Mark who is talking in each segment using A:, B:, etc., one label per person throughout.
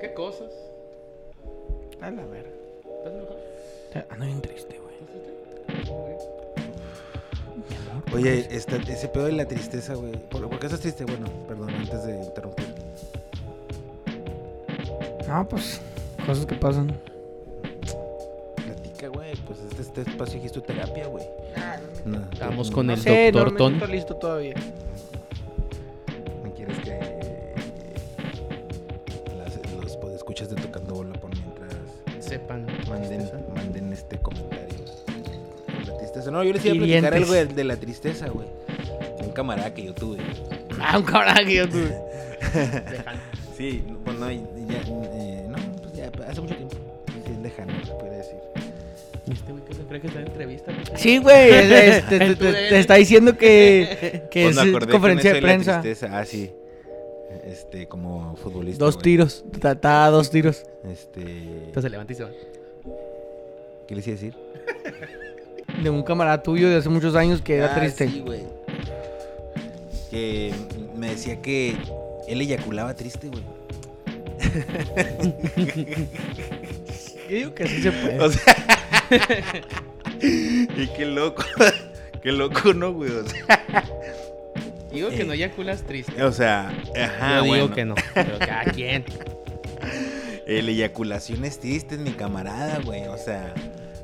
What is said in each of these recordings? A: ¿Qué cosas?
B: A la verga.
A: ¿Estás enojado?
B: Ando bien triste, güey.
A: ¿Estás triste? Ok.
B: Mi amor,
C: Oye, esta- ese pedo de la tristeza, güey. ¿Por, por qué estás triste? Bueno, perdón, antes de interrumpir.
B: No, pues, cosas que pasan.
C: Platica, güey. Pues este, este espacio aquí es tu terapia, güey. No,
A: Estamos
C: tú-
A: con
B: no
A: el
B: sé, no
A: doctor
B: me
A: Ton.
B: siento listo todavía.
C: No quieres que las, los podescuchas de Tocando Bola por mientras
A: Sepan.
C: manden,
A: tristeza.
C: manden este comentario. Por La tristeza. No, yo les iba a
B: Y
C: platicar
B: dientes.
C: algo de, de la tristeza, güey. Un camarada que yo tuve.
A: Ah, un cabrón que yo tuve. Lejano.
C: Sí, bueno, y- y ya, eh, no, pues ya, hace mucho tiempo. Sí, es lejano, se puede decir.
A: ¿Y Este güey que se cree que está en entrevista. güey?
B: Sí, güey. es- es- te, te- te- te está diciendo que, que
C: Cuando
B: es
C: Pues acordé con
B: conferencia
C: eso
B: de
C: la
B: prensa.
C: tristeza, ah, sí. Este, como futbolista.
B: Dos
C: güey.
B: tiros. Tata, dos tiros.
C: Este.
A: Entonces se levanta y se va.
C: ¿Qué les iba a decir?
B: De un camarada tuyo de hace muchos años que era
C: Ah,
B: triste.
C: sí, güey. Que me decía que él eyaculaba triste, güey.
B: Yo digo que sí se puede.
C: O sea. y qué loco. qué loco, ¿no, güey? O sea,
A: Digo que
C: Eh.
A: no eyaculas triste.
C: o sea, ajá,
A: yo digo
C: Ah, bueno.
A: que no. Pero ¿a quién?
C: Eh, La eyaculación es triste, es mi camarada, güey. O sea,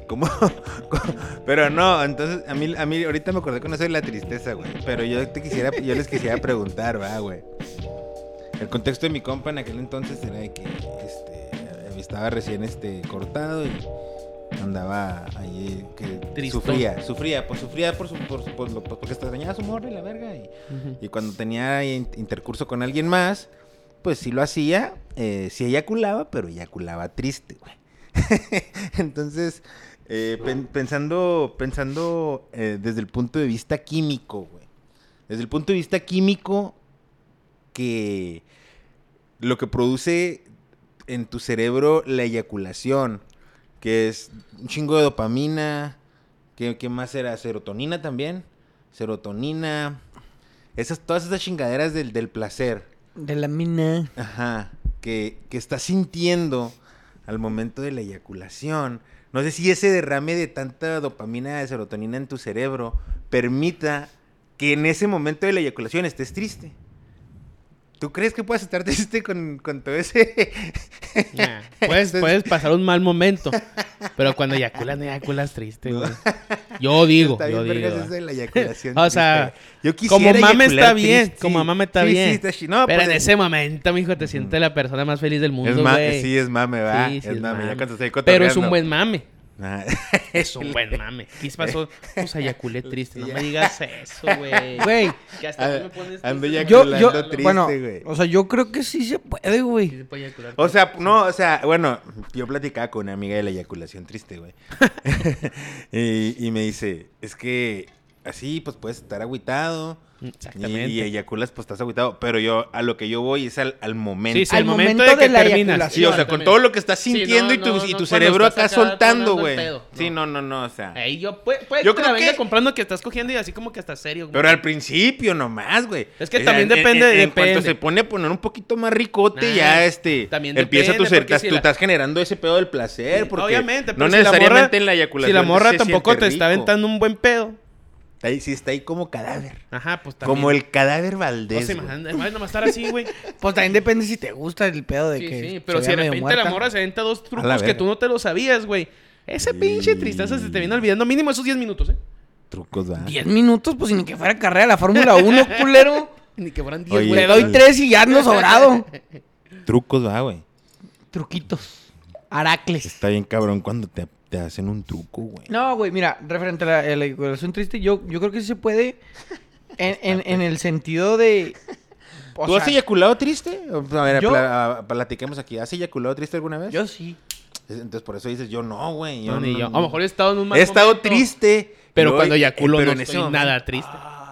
C: ¿cómo? ¿Cómo? Pero no, entonces, a mí, a mí ahorita me acordé con eso de la tristeza, güey. Pero yo te quisiera, yo les quisiera preguntar, va, güey. El contexto de mi compa en aquel entonces era de que este, estaba recién este, cortado y andaba allí que
A: Tristón.
C: sufría, sufría, pues sufría por su, por su- por lo- porque extrañaba a su morra y la verga y y cuando tenía in- intercurso con alguien más, pues sí lo hacía, eh, sí eyaculaba, pero eyaculaba triste, güey. Entonces, eh, pen- pensando, pensando eh, desde el punto de vista químico, güey. Desde el punto de vista químico, que lo que produce en tu cerebro la eyaculación, que es un chingo de dopamina, ¿qué, qué más era? Serotonina también, serotonina, esas, todas esas chingaderas del, del placer,
B: De la mina.
C: ajá, que, que estás sintiendo al momento de la eyaculación. No sé si ese derrame de tanta dopamina, de serotonina en tu cerebro permita que en ese momento de la eyaculación estés triste. ¿Tú crees que puedas estar triste con, con todo ese...
A: Nah, Puedes,
C: Entonces-
A: puedes pasar un mal momento. Pero cuando eyaculas, no eyaculas triste, güey. Yo digo,
C: Está
A: yo
C: bien
A: digo.
C: vergas eso
A: güey.
C: de la eyaculación.
A: O sea,
C: triste. yo quisiera
A: mame
C: eyacular
A: está bien,
C: triste.
A: como mame está bien.
C: Sí, está chi- no,
A: Pero
C: pues,
A: en
C: es-
A: ese momento, mijo, te sientes la persona más feliz del
C: es
A: mundo,
C: ma-
A: güey.
C: Sí, es mame, va.
A: Sí,
C: es,
A: sí,
C: mame. Ya cuando estoy
A: Pero es
C: cotorreando.
A: un
C: Ah.
A: buen mame.
C: Ajá.
A: Es un buen mame. ¿Qué pasó? Pues eyaculé triste. No
C: Ya.
A: me digas eso, güey.
B: Güey,
A: Que hasta
C: A-
A: tú me pones
C: ando
A: triste,
C: ya
B: yo,
A: güey.
B: yo,
C: Eyaculando triste,
B: bueno,
C: güey.
B: o sea, yo creo que sí se puede,
A: Sí
B: güey.
A: se puede eyacular
C: O
A: triste.
C: sea, no, o sea, bueno, yo platicaba con una amiga de la eyaculación triste, güey. y, y me dice, es que así, pues puedes estar agüitado. Y,
A: Exactamente.
C: y eyaculas, pues estás agüitado. Pero yo, a lo que yo voy es al, al momento. Ah,
A: Sí, sí,
B: Al
A: el momento,
B: momento
A: de que
B: de la
A: terminas.
B: eyaculación.
C: Sí, o sea, con todo lo que estás
A: Sí, no,
C: sintiendo y tu,
A: no,
C: y tu
A: no, cuando
C: soltando, acá
A: estás acá
C: soltando,
A: tomando el
C: güey.
A: pedo,
C: Sí,
A: no.
C: no, no, no, o sea.
A: Ahí yo, pues, pues
C: Yo
A: yo creo
C: creo
A: la venga
C: que-
A: comprando que estás cogiendo y así como que hasta serio. güey.
C: Pero al principio nomás, güey.
A: Es que
C: O sea,
A: también
C: en-
A: depende-
C: En, en cuanto
A: depende.
C: se pone a poner un poquito más ricote,
A: Nah,
C: ya este.
A: también
C: empieza
A: depende,
C: tu ser,
A: porque
C: estás-
A: si
C: tú
A: la-
C: estás generando ese pedo del placer.
A: Sí,
C: Porque
A: obviamente,
C: No
A: pero si la
C: necesariamente
A: morra-
C: en la eyaculación.
A: Si la morra
C: se
A: tampoco
C: siente
A: te está
C: rico.
A: aventando un buen pedo.
C: Está ahí, sí, está ahí como cadáver.
A: Ajá, pues también.
C: Como el cadáver
A: No
C: Valdés.
A: se
C: güey.
A: imaginan, nomás nomás estar así, güey.
B: Pues también depende si te gusta el pedo de
A: Sí,
B: que.
A: sí, pero
B: se
A: si de
B: vea medio
A: repente
B: muerta.
A: la morra se aventa dos
C: A la
A: trucos que
C: verga.
A: tú no te lo sabías, güey. Esa pinche
C: Sí.
A: tristeza se te viene olvidando mínimo esos 10 minutos, ¿eh?
C: Trucos, va.
B: 10 minutos, pues ni que fuera carrera de la Fórmula 1, culero.
A: Ni que fueran
C: Oye,
A: 10,
B: Le
A: güey.
B: doy tres y ya ando sobrado.
C: Trucos, va, güey.
B: Truquitos. Aracles.
C: Está bien cabrón cuando te, te hacen un truco, güey.
B: No, güey, mira, referente a la, a la eyaculación triste, yo, yo creo que sí se puede en, en- en el sentido de. o
C: ¿Tú has
B: sea,
C: eyaculado triste? A ver,
B: Yo-
C: pla- a- platiquemos aquí. ¿Has eyaculado triste alguna vez?
B: Yo sí.
C: Es- Entonces por eso dices, yo no, güey.
A: No, ni yo. A lo mejor he estado en un mal
C: he estado
A: momento,
C: triste.
A: Pero
C: luego-
A: cuando eyaculo
C: eh, pero
A: no
C: en ese
A: estoy
C: momento- ah,
A: nada triste.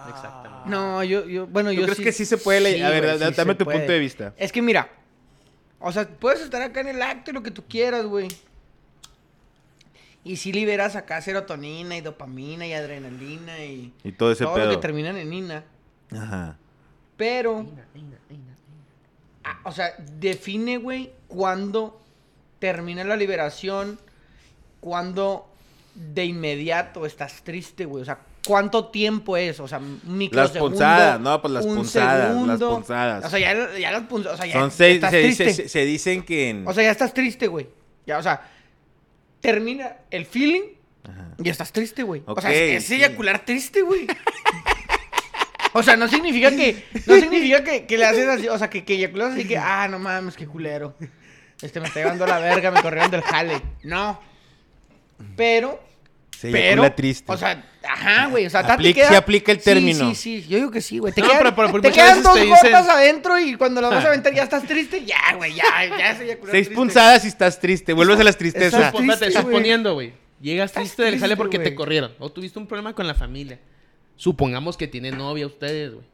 A: Exactamente.
B: No, yo, yo, bueno,
C: ¿Tú
B: yo
C: crees
B: sí.
C: que sí se puede la- a ver,
B: güey,
C: da-
B: sí
C: dame
B: se
C: tu punto de vista.
B: Es que mira, o sea, puedes estar acá en el acto y lo que tú quieras, güey. Y si liberas acá serotonina y dopamina y adrenalina y
C: Y todo ese
B: todo lo
C: pedo.
B: que terminan en ina.
C: Ajá.
B: Pero, ah, o sea, define, güey, cuándo termina la liberación, cuándo de inmediato estás triste, güey. O sea, ¿cuánto tiempo es? O sea, un
C: Las
B: microsegundo.
C: punzadas, no, pues las
B: un
C: punzadas,
B: segundo.
C: las punzadas.
B: O sea, ya, ya las punzadas. O sea, ya
C: Son seis,
B: estás
C: se, dice-
B: triste.
C: se- se dicen que en...
B: O sea, ya estás triste, güey. Ya, o sea, termina el feeling
C: Ajá.
B: y estás triste, güey. o sea,
C: Ok,
B: es, es
C: sí.
B: eyacular triste, güey. O sea, no significa que. No significa que, que le haces así. O sea, que, que eyaculas así que. Ah, no mames, qué culero. Este me está llevando a la verga, me corrieron del jale. No. Pero.
C: se
B: pero.
C: eyacula triste.
B: O sea, ajá, güey. O sea, te
C: Aplica-
B: queda-
C: se aplica el
B: Sí,
C: término.
B: Sí, sí, Yo digo que sí, güey. Te
A: No,
B: quedan,
A: pero- pero- pero
B: te
A: muchas
B: quedan
A: veces
B: dos
A: te dicen- Ah.
B: gotas adentro y cuando las vas a aventar ya estás triste. Ya, güey. Ya, ya se eyacularon
C: seis
B: triste.
C: punzadas y estás triste. Vuelves a las tristezas.
B: Estás
A: Supo- espérate,
B: triste, güey.
A: suponiendo, güey. Llegas triste del jale
B: triste,
A: porque te
B: güey.
A: corrieron. O tuviste un problema con la familia. Supongamos que tienen novia ustedes, güey.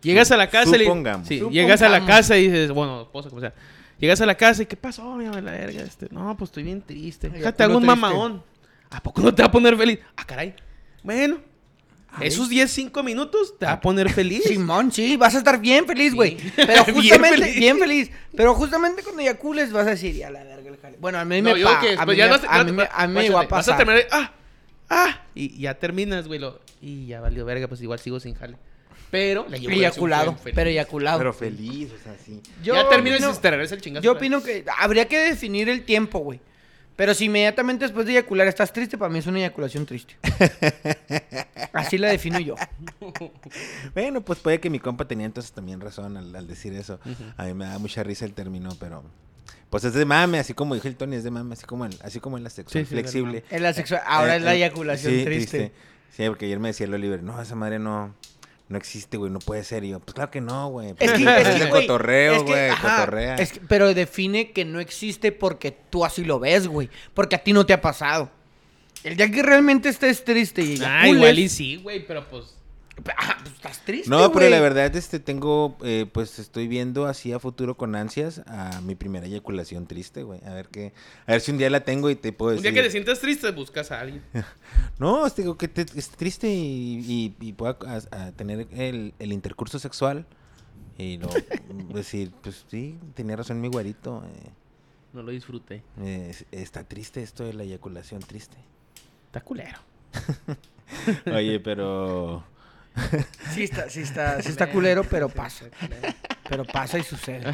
A: Llegas a la casa
C: Supongamos.
A: y. Sí,
B: Supongamos.
A: llegas a la casa y dices, bueno, esposa, como sea. Llegas a la casa y ¿qué pasó, mi mamá, la verga? Este, no, pues estoy bien triste.
B: Ay,
A: Déjate,
B: tú
A: hago
B: no
A: un
B: triste.
A: mamadón. ¿A poco no te va a poner feliz? Ah, caray. Bueno, esos 10, 5 minutos te va a poner feliz.
B: Simón, sí, vas a estar bien feliz, güey.
A: Sí.
B: Pero
A: Bien
B: justamente, bien
A: feliz.
B: feliz. Pero justamente cuando eyacules vas a decir, ya la verga el jale. Bueno, a mí
A: No,
B: me
A: yo
B: pa-
A: que
B: a
A: después
B: mí
A: ya
B: me-
A: no te-
B: a
A: no
B: mí
A: te-
B: me- a mí me va a
A: guáchate, Vas a
B: pasar.
A: terminar de, ah, ah, y ya terminas, güey, lo- y ya valió verga, pues igual sigo sin jale. Pero la eyaculación
B: Eyaculado,
A: fue
B: pero
A: feliz.
B: eyaculado.
C: Pero feliz, o sea, sí.
A: ya terminas
B: opino-
A: y se te regresa el chingazo.
B: Yo
A: otra
B: opino que habría que definir el tiempo, güey. Pero si inmediatamente después de eyacular estás triste, para mí es una eyaculación triste. Así la defino yo.
C: Bueno, pues puede que mi compa tenía entonces también razón al, al decir eso. A mí me da mucha risa el término, pero... Pues es de mame, así como dijo el Tony, es de mame, así como el, así como el asexual
A: Sí, sí,
C: flexible.
B: Es la sexua- Ahora
C: Eh,
B: es la
C: eh,
B: eyaculación
C: sí,
B: triste.
C: Sí, porque ayer me decía el Oliver, no, esa madre no, no existe, güey, no puede ser. Y yo, pues claro que no, güey.
B: Es que, es que,
C: de
B: güey, es
C: cotorreo,
B: que,
C: güey,
B: ajá,
C: cotorrea.
B: es que- pero define que no existe porque tú así lo ves, güey. Porque a ti no te ha pasado. El día que realmente estés triste y
A: Ah,
B: eyacules,
A: igual y sí, güey, pero pues.
B: ajá, pues estás triste,
C: No, pero
B: güey.
C: la verdad, este, tengo, eh, pues estoy viendo así a futuro con ansias a mi primera eyaculación triste, güey. A ver qué, a ver si un día la tengo y te puedo
A: Un
C: decir.
A: día que te sientas triste, buscas a alguien.
C: No, este, digo que te, es triste y, y, y pueda a- a tener el, el intercurso sexual y lo, decir, pues sí, tenía razón mi guarito. eh,
A: No lo disfruté.
C: eh, es- está triste esto de la eyaculación triste.
A: Está culero.
C: Oye, pero...
B: Sí está, sí está, sí está culero, pero pasa. Pero pasa y sucede.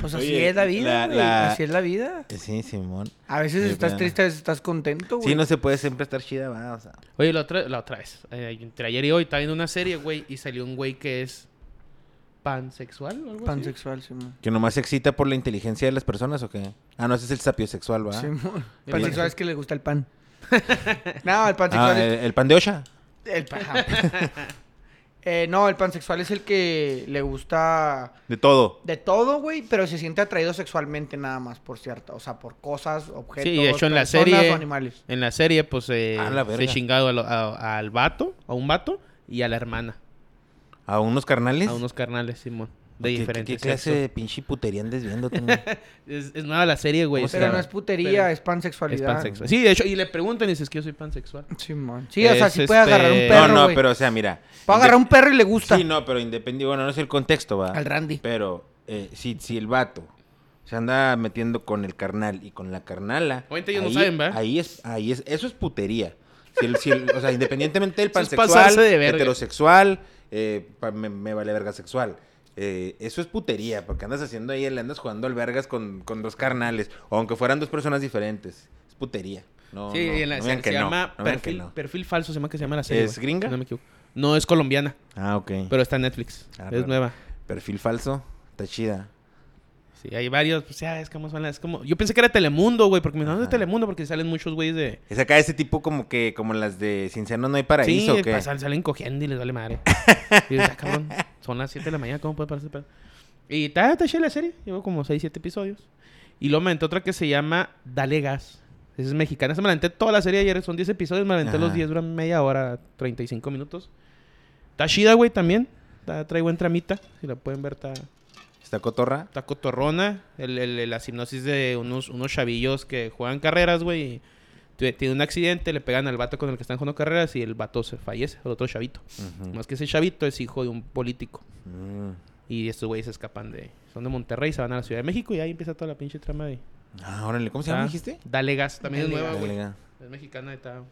B: Pues así
C: Oye,
B: es la vida,
C: la-
B: güey,
C: la-
B: Así es la vida.
C: Eh, Sí, Simón.
B: A veces
C: Sí,
B: estás
C: pero-
B: triste, a veces estás contento, güey.
C: Sí, no se puede siempre estar chida, va, o sea.
A: Oye, la otra, la otra vez, eh, entre ayer y hoy, estaba viendo una serie, güey, y salió un güey que es pansexual o algo así.
B: Pansexual, Simón.
C: ¿Que nomás se excita por la inteligencia de las personas o qué? Ah, no, ese es el sapiosexual, ¿va? Ah,
B: Simón.
A: Y
B: Pansexual
A: bueno.
B: es que le gusta el pan. no, el
C: Ah,
B: pansexual es...
C: el, el pan de Osha.
B: El pan. ah, pues. Eh, no, el pansexual es el que le gusta
C: De todo.
B: de todo, güey, pero se siente atraído sexualmente nada más, por cierto. O sea, por cosas, objetos,
A: Sí, de hecho, en la
B: personas
A: serie-
B: o animales.
A: En la serie, pues, eh,
C: A Ah, la
A: se
C: verga.
A: chingado a lo- a- al vato, a un vato, y a la hermana.
C: ¿A unos carnales?
A: A unos carnales, Simón. De
C: ¿Qué- qué-
A: diferentes.
C: ¿Qué, clase de pinche putería andes viendo? tú?
A: Es, es nueva la serie, güey.
C: Pero
A: o sea,
B: Pero no es putería,
A: pero-
B: es
A: es
B: pansexualidad.
A: pansexual. Sí, de hecho, y le preguntan y dices que yo soy pansexual.
B: Simón. Sí, o sea,
A: Es,
B: sí puede agarrar un
A: este,
B: perro,
C: no, no,
B: güey.
C: pero o sea, mira.
B: Puede agarrar un
C: inde-
B: perro y le gusta.
C: Sí, no, pero independiente. Bueno, no es el contexto, va.
B: Al Randy.
C: Pero eh, si, si el vato se anda metiendo con el carnal y con la carnala.
A: Ahorita ellos no saben, ¿va?
C: Ahí es, ahí es, eso es putería. Si el- si el- o sea, independientemente del
A: Eso es
C: pansexual,
A: pasarse de verga.
C: heterosexual, eh, pa- me, me vale verga sexual. Eh, eso es putería, porque andas haciendo ahí, le andas jugando al vergas con, con dos carnales, o aunque fueran dos personas diferentes. Es putería. No,
A: sí,
C: no,
A: en la-
C: no
A: se,
C: vean que
A: se
C: no,
A: llama
C: no vean que
A: perfil,
C: no.
A: Perfil falso, se llama que se llama la serie.
C: ¿Es
A: güey,
C: gringa?
A: si No me equivoco. No, es colombiana,
C: Ah, ok.
A: pero está en Netflix.
C: Ah,
A: es
C: raro.
A: nueva.
C: Perfil falso, está chida.
A: Sí, hay varios, pues ya, es como son las- es como... Yo pensé que era Telemundo, güey, porque me dijeron, "No, es
C: Ajá.
A: de Telemundo porque salen muchos güeyes de...
C: Es acá ese tipo como que, como las de Cinciano no hay
A: Sí,
C: paraíso, ¿o qué?
A: pues, sal- salen cogiendo y les vale madre. y dices, "Ah, cabrón, son las 7 de la mañana, ¿cómo puede parecer? Y está está chida la serie, llevo como 6, 7 episodios. Y luego me aventé otra que se llama Dale Gas. Esa es mexicana, esa me la aventé toda la serie ayer, son 10 episodios, me la aventé los
C: Ajá.
A: 10, dura media hora, 35 minutos. Está chida, güey, también. Está, trae buen tramita, si la pueden ver, está,
C: ¿Está cotorra?
A: está cotorrona. El, el- la hipnosis de unos, unos chavillos que juegan carreras, güey. y Tuve- Tiene un accidente, le pegan al vato con el que están jugando carreras y el vato se fallece, el otro chavito.
C: Ujú.
A: Más que ese chavito es hijo de un político.
C: Mm.
A: Y estos güeyes se escapan de... Son de Monterrey, se van a la Ciudad de México y ahí empieza toda la pinche trama de...
C: Ah, órale, ¿cómo se llama,
A: Ah,
C: dijiste?
A: Dale gas, también
B: Dale
A: es nueva,
B: Gas.
A: güey.
C: Talega,
A: Es mexicana, está...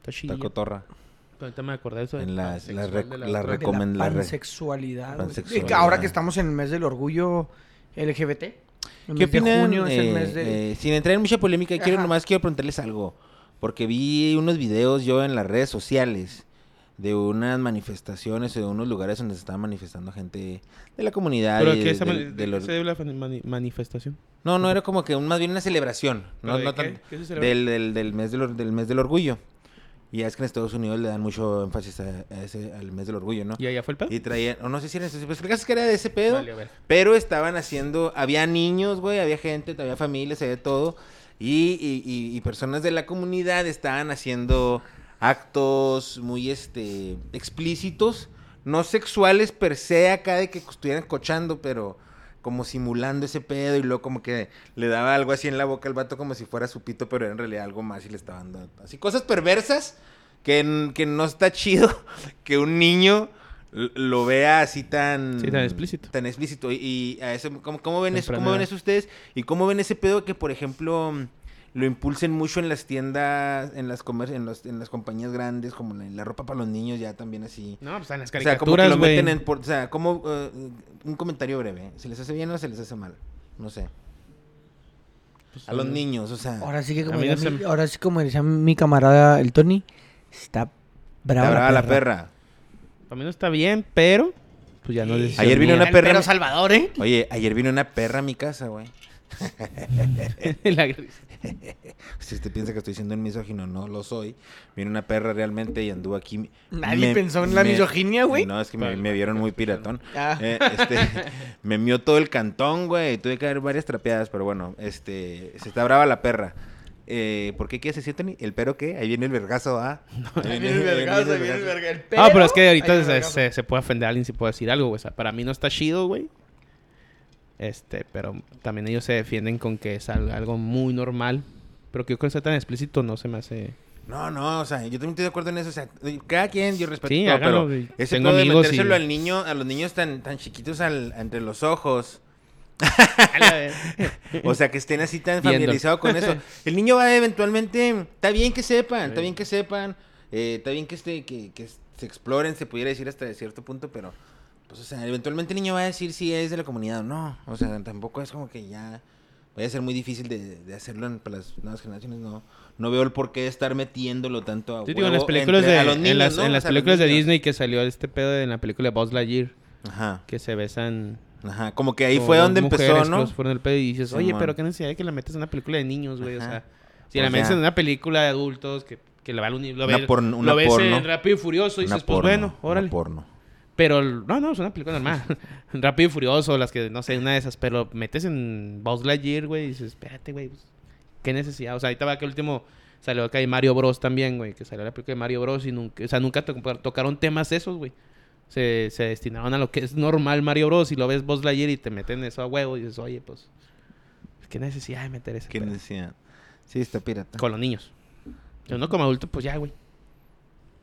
A: Está chida.
C: Taco Torra.
A: Pero ahorita me acordé de eso.
C: En
A: del
C: la-
A: pansexual
C: la rec-
A: de la
C: la
A: otra.
C: rec- Recomen-
B: de la
C: la re-
B: pansexualidad, güey.
C: pansexualidad.
B: Y Ahora que estamos en el mes del orgullo LGBT. El
C: ¿Qué
B: mes de
C: opinan?
B: junio es el
C: eh,
B: mes de...
C: eh, sin entrar en mucha polémica, quiero
B: Ajá.
C: nomás quiero preguntarles algo. Porque vi unos videos yo en las redes sociales de unas manifestaciones o de unos lugares donde se estaba manifestando gente de la comunidad.
A: Pero
C: y
A: que
C: de-
A: esa
C: de-
A: mani-
C: de
A: de
C: los-
A: qué se debe la fan- mani- manifestación.
C: No, no era como que un, más bien una celebración.
A: ¿Pero
C: No,
A: de
C: no
A: qué?
C: tan-
A: ¿Qué se celebra?
C: del, del, del mes del, or- del mes del orgullo. Y ya es que en Estados Unidos le dan mucho énfasis a- a ese- al mes del orgullo, ¿no?
A: ¿Y allá fue el pedo?
C: Y traían, o no sé si era, pues el caso es que era de ese pedo.
A: Vale, a ver.
C: Pero estaban haciendo, había niños, güey, había gente, había familias, había todo. Y, y- y- y personas de la comunidad estaban haciendo actos muy este explícitos, no sexuales per se, acá de que estuvieran cochando, pero como simulando ese pedo y luego como que le daba algo así en la boca al vato como si fuera su pito, pero era en realidad algo más y le estaban dando así cosas perversas que, n- que no está chido que un niño l- lo vea así tan
A: Sí, tan explícito.
C: tan explícito. Y, y a eso, ¿cómo, cómo ven eso,
A: Temprana
C: ¿cómo ven
A: edad.
C: eso ustedes? ¿Y cómo ven ese pedo que, por ejemplo, mm, lo impulsen mucho en las tiendas, en las comer en, los- en las compañías grandes, como la, la ropa para los niños ya también así?
A: No, pues en
C: O sea, como
A: las
C: que
A: caricaturas,
C: lo
A: güey.
C: meten en... por- o sea, como un comentario breve. ¿Se les hace bien o se les hace mal? No sé.
A: Pues,
C: A los
A: mm,
C: niños, o sea...
B: Ahora sí que como,
A: a mí
B: diría
A: no se
B: mi,
A: me-
C: em-
B: ahora sí como decía mi camarada el Tony, está brava,
C: está brava la perra.
A: Para mí no está bien, pero... Pues ya no es decisión
C: Ayer vino
A: mía.
C: una perra...
B: Pero Salvador, ¿eh?
C: Oye, ayer vino una perra a mi casa, güey.
A: La gris.
C: Si usted piensa que estoy siendo un misógino, no lo soy. Vino una perra realmente y anduvo aquí.
B: Nadie pensó en la misoginia, güey.
C: No, es que
A: Para
C: me,
A: el-
C: me vieron
A: para
C: muy
A: el que escucha,
C: piratón.
B: Ah.
C: Eh, este, me mió todo el cantón, güey. Tuve que dar varias trapeadas, pero bueno, este, se está brava la perra. Eh, ¿Por qué qué se sienten? ¿El pero qué? Ahí viene el vergazo, ¿ah?
B: Ahí viene el vergazo, ahí viene el verga- el
A: Ah, pero es este, que
B: ahí viene
A: ahorita
B: el
A: se,
B: vergazo.
A: se- se puede ofender a alguien si puede decir algo, güey. O sea, para mí no está chido, güey. Este, pero también ellos se defienden con que es al- algo muy normal. Pero que yo creo que sea tan explícito no se me hace...
C: No, no, o sea, yo también estoy de acuerdo en eso. O sea, cada quien, yo respeto
A: Sí,
C: todo,
A: háganlo,
C: pero
A: güey.
C: ese
A: Tengo
C: pedo de
A: amigos y-
C: metérselo al niño, a los niños tan, tan chiquitos al, entre los ojos. O sea, que estén así tan
A: Viendo.
C: familiarizados con eso. El niño va eventualmente... Está bien que sepan, está bien que sepan. eh, está bien que, este, que, que se exploren, se pudiera decir hasta de cierto punto, pero... Pues, o sea, eventualmente el niño va a decir si es de la comunidad o no. O sea, tampoco es como que ya... Vaya a ser muy difícil de, de hacerlo en- para las nuevas generaciones, no. No veo el porqué de estar metiéndolo tanto a
A: Sí, digo, en las
C: huevo
A: películas
C: entre-
A: de,
C: a los niños,
A: en las,
C: ¿no?
A: en las
C: O sea, a los
A: películas de
C: niños.
A: Disney que salió este pedo de- en la película Buzz Lightyear
C: Ajá,
A: que se besan.
C: ajá. Como que ahí
A: como
C: fue
A: dos
C: donde empezó,
A: mujeres
C: ¿no?
A: que los fueron del pedo y dices, oye,
C: Simón.
A: pero qué necesidad de que la metas en una película de niños, güey. O
C: Ajá.
A: sea, si
C: O
A: la metes
C: sea,
A: en una película de adultos que, que la va a unir, lo,
C: una
A: ve-
C: porno- una
A: lo ves
C: porno.
A: en Rápido y Furioso y
C: Una
A: dices, pues
C: porno,
A: bueno,
C: una
A: órale.
C: porno.
A: Pero el- no, no, es una película normal. Rápido y Furioso, las que, no sé, una de esas, pero metes en Buzz Lightyear, güey, y dices, espérate, güey, pues, qué necesidad. O sea, ahorita va que el último salió acá de Mario Bros también, güey, que salió la película de Mario Bros y nunca, o sea, nunca to- tocaron temas esos, güey. Se, se destinaron a lo que es normal Mario Bros y lo ves Buzz Lightyear y te meten eso a huevo y dices, oye, pues, qué necesidad de meter ese
C: ¿Qué
A: pedo?"
C: decía? Sí, está pirata.
A: Con los niños. Yo no como adulto, pues ya, güey.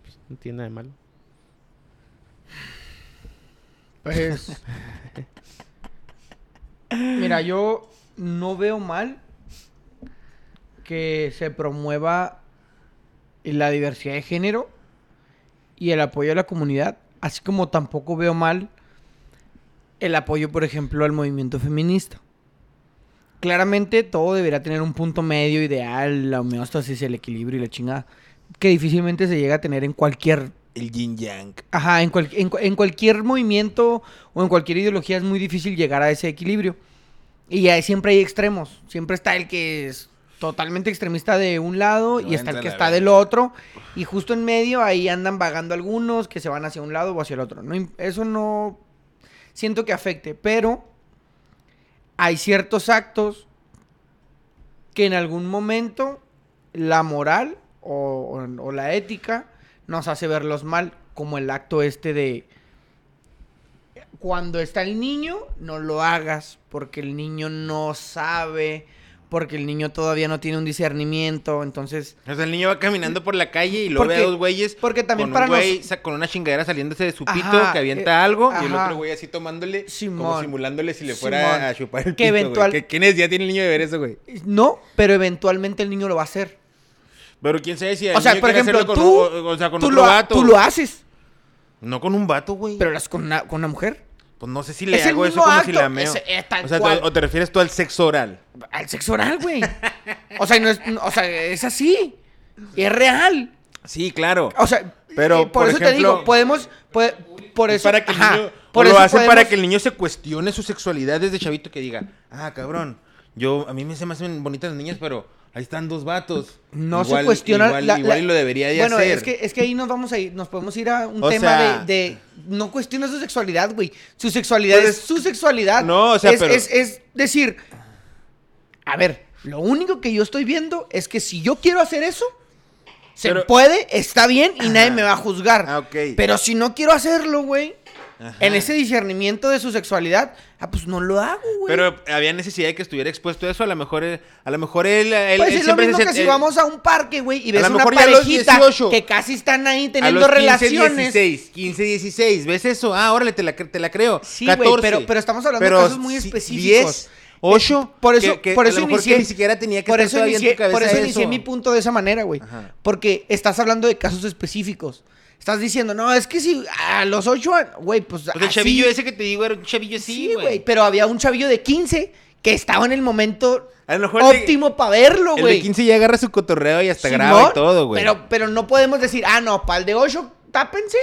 A: Pues, no tiene nada de malo.
B: Pues. Mira, yo no veo mal que se promueva la diversidad de género y el apoyo a la comunidad, así como tampoco veo mal el apoyo, por ejemplo, al movimiento feminista. Claramente todo deberá tener un punto medio ideal, la homeostasis, el equilibrio y la chingada, que difícilmente se llega a tener en cualquier
C: El yin yang.
B: Ajá, en, cual- en cu- en cualquier movimiento o en cualquier ideología es muy difícil llegar a ese equilibrio. Y ya siempre hay extremos. Siempre está el que es totalmente extremista de un lado
C: Yo
B: y está el
C: entro
B: que
C: a la
B: está
C: verga.
B: del otro. Y justo en medio ahí andan vagando algunos que se van hacia un lado o hacia el otro. No im- eso no siento que afecte, pero hay ciertos actos que en algún momento la moral o, o- o la ética nos hace verlos mal, como el acto este de cuando está el niño, no lo hagas, porque el niño no sabe porque el niño todavía no tiene un discernimiento, entonces...
C: O sea, el niño va caminando por la calle y lo ve a
B: Porque-
C: dos güeyes.
B: porque también
C: con
B: para
C: un güey
B: nos-
C: sa- con una chingadera saliéndose de su pito
B: Ajá,
C: que avienta
B: eh,
C: algo y el
B: ajá.
C: otro güey así tomándole, como
B: Simón.
C: simulándole si le fuera
B: Simón.
C: a chupar el
B: Que
C: pito. güey.
B: eventual-
C: ¿Qué, ¿Qué necesidad tiene el niño de ver eso, güey?
B: No, pero eventualmente el niño lo va a hacer.
C: Pero quién sabe si el
B: O sea,
C: niño
B: por
C: quiere hacerlo
B: ejemplo,
C: con
B: tú,
C: un- o- o sea, con
B: tú,
C: otro
B: lo, ha-
C: vato.
B: tú lo haces,
C: No con un vato, güey.
B: pero lo haces con una, con una mujer.
C: Pues no sé si le
B: Es el
C: hago eso
B: mismo
C: como si
B: acto,
C: la meo.
B: es- es tal
C: o sea,
B: cual.
C: te- o te refieres tú al sexo oral.
B: Al sexo oral, güey. O sea, no es, no- o sea, es así. Y es real.
C: Sí, claro.
B: O sea,
C: Pero,
B: eh, por,
C: por
B: eso te
C: ejemplo,
B: digo, podemos. puede- por
C: Es
B: eso.
C: para que el
B: ajá,
C: niño,
B: por
C: o lo
B: eso
C: hacen para
B: podemos-
C: que el niño se cuestione su sexualidad desde chavito que diga, ah, cabrón, yo a mí me se me hacen bonitas las niñas, pero ahí están dos vatos.
B: No
C: Igual-
B: se cuestiona.
C: igual,
B: la-
C: igual
B: la-
C: y lo debería de
B: bueno,
C: hacer.
B: es que, es que ahí nos vamos a ir, nos podemos ir a un
C: O
B: tema
C: sea-
B: de, de- No cuestiona su sexualidad, güey. Su sexualidad
C: Pues
B: es,
C: es-
B: su sexualidad.
C: No, o sea,
B: es,
C: pero-
B: es- es decir, a ver, lo único que yo estoy viendo es que si yo quiero hacer eso, se
C: Pero-
B: puede, está bien y nadie me va a juzgar.
C: Ah, ok.
B: Pero si no quiero hacerlo, güey,
C: Ajá.
B: en ese discernimiento de su sexualidad, ah, pues no lo hago, güey.
C: Pero había necesidad de que estuviera expuesto a eso, a lo mejor él, a lo mejor él, él-
B: Pues
C: él
B: es lo
C: siempre
B: mismo
C: se-
B: que si
C: él-
B: vamos a un parque, güey, y ves
C: lo
B: una
C: mejor ya a los
B: parejita
C: 18,
B: que casi están ahí
C: a
B: teniendo
C: los 15,
B: relaciones.
C: 16, 15, 16, ¿ves eso? Ah, órale, te la, cre- te la creo.
B: Sí, güey,
C: 14.
B: pero- pero estamos hablando de casos muy
C: si-
B: específicos.
C: 10,
B: Eh,
C: 8,
B: Por eso,
C: que, que
B: por
C: a
B: eso
C: lo mejor que
B: inicié,
C: ni siquiera tenía que
B: por
C: estar
B: eso
C: todavía en tu
B: inicié, por
C: cabeza
B: eso inicié
C: eso.
B: mi punto de esa manera, güey.
C: Ajá.
B: Porque estás hablando de casos específicos. Estás diciendo, no, es que si a los ocho, an- güey, pues.
C: O sea, el
B: así-
C: chavillo ese que te digo era un chavillo así,
B: Sí,
C: güey.
B: güey. Pero había un chavillo de 15 que estaba en el momento
C: A lo mejor el de-
B: óptimo para verlo,
C: El
B: güey.
C: de 15 ya agarra su cotorreo y hasta graba
B: Simón,
C: y todo, güey.
B: Pero, pero no podemos decir, ah, no, para el de 8 tápense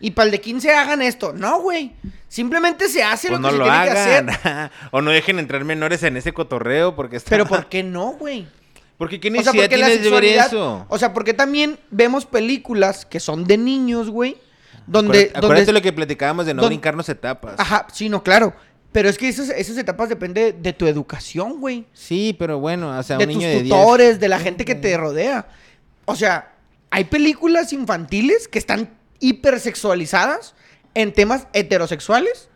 B: y para el de 15 hagan esto. No, güey. Simplemente se hace
C: o
B: lo
C: Pues no
B: que se
C: lo
B: tiene que
C: hagan.
B: hacer.
C: o no dejen entrar menores en ese cotorreo porque está...
B: Pero ¿por qué no, güey?
C: Porque qué
B: O sea,
C: necesidad
B: porque la
C: tienes de ver
B: sexualidad.
C: eso.
B: O sea, porque también vemos películas que son de niños, güey. Donde.
C: Acuérdate, acuérdate
B: donde
C: lo que platicábamos de no
B: donde-
C: brincarnos etapas.
B: Ajá, sí, no, claro. Pero es que esas, esas etapas depende de tu educación, güey.
C: Sí, pero bueno, o sea,
B: de
C: un
B: tus
C: niño de 10.
B: tutores, de la gente que te rodea. O sea, hay películas infantiles que están hipersexualizadas en temas heterosexuales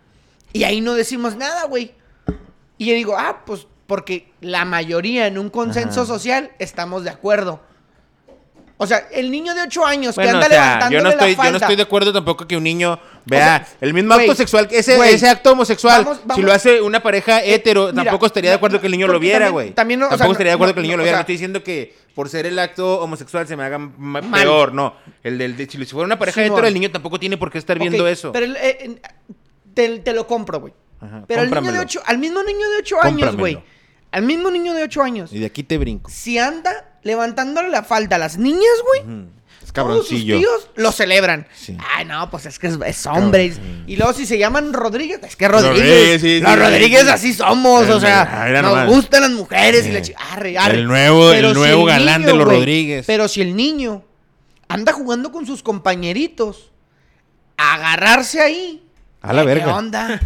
B: y ahí no decimos nada, güey. Y yo digo, ah, pues porque la mayoría en un consenso
C: Ajá.
B: social estamos de acuerdo. O sea, el niño de 8 años que
C: Bueno,
B: anda
C: o sea,
B: levantándole
C: yo no, estoy,
B: la
C: yo
B: falda.
C: no estoy de acuerdo tampoco que un niño vea
B: O sea,
C: el mismo acto
B: güey,
C: sexual, que ese,
B: güey,
C: ese acto homosexual,
B: vamos-
C: si
B: vamos-
C: lo hace una pareja
B: Eh,
C: hetero,
B: mira,
C: tampoco estaría de
B: no,
C: acuerdo
B: no,
C: que el niño lo
B: porque
C: viera,
B: también-
C: güey.
B: también no, o sea,
C: tampoco estaría de
B: no,
C: acuerdo que el niño lo
B: no, o
C: viera.
B: sea-
C: no estoy diciendo que por ser el acto homosexual se me haga ma-
B: Mal.
C: peor, no. El del, de- si lo- si fuera una pareja
B: Simón.
C: hetero, el niño tampoco tiene por qué estar viendo
B: Ok,
C: eso.
B: Pero el- eh, en- te, te lo compro, güey.
C: Ajá,
B: Pero al niño de
C: cómpramelo.
B: ocho, al mismo niño de 8 años,
C: Cómpramelo.
B: güey. Al mismo niño de 8 años.
C: Y de aquí te brinco.
B: Si anda levantándole la falda a las niñas, güey.
C: Ujú. Es
B: Todos sus
C: cabroncillo.
B: tíos lo celebran.
C: Sí.
B: Ay, no, pues es que es, es hombre.
C: Cabrón.
B: Y luego si se llaman Rodríguez, es que
C: Los Rodríguez,
B: Rodríguez.
C: sí,
B: los
C: sí,
B: Rodríguez
C: sí.
B: así somos, o
C: Eh,
B: sea,
C: mira, mira
B: nos
C: nomás.
B: gustan las mujeres y
C: Eh.
B: la chi- arre, arre.
C: El nuevo- el nuevo galán de los
B: güey,
C: Rodríguez.
B: Pero si el niño anda jugando con sus compañeritos, a agarrarse ahí.
C: A la
B: ¿Qué
C: verga.
B: onda?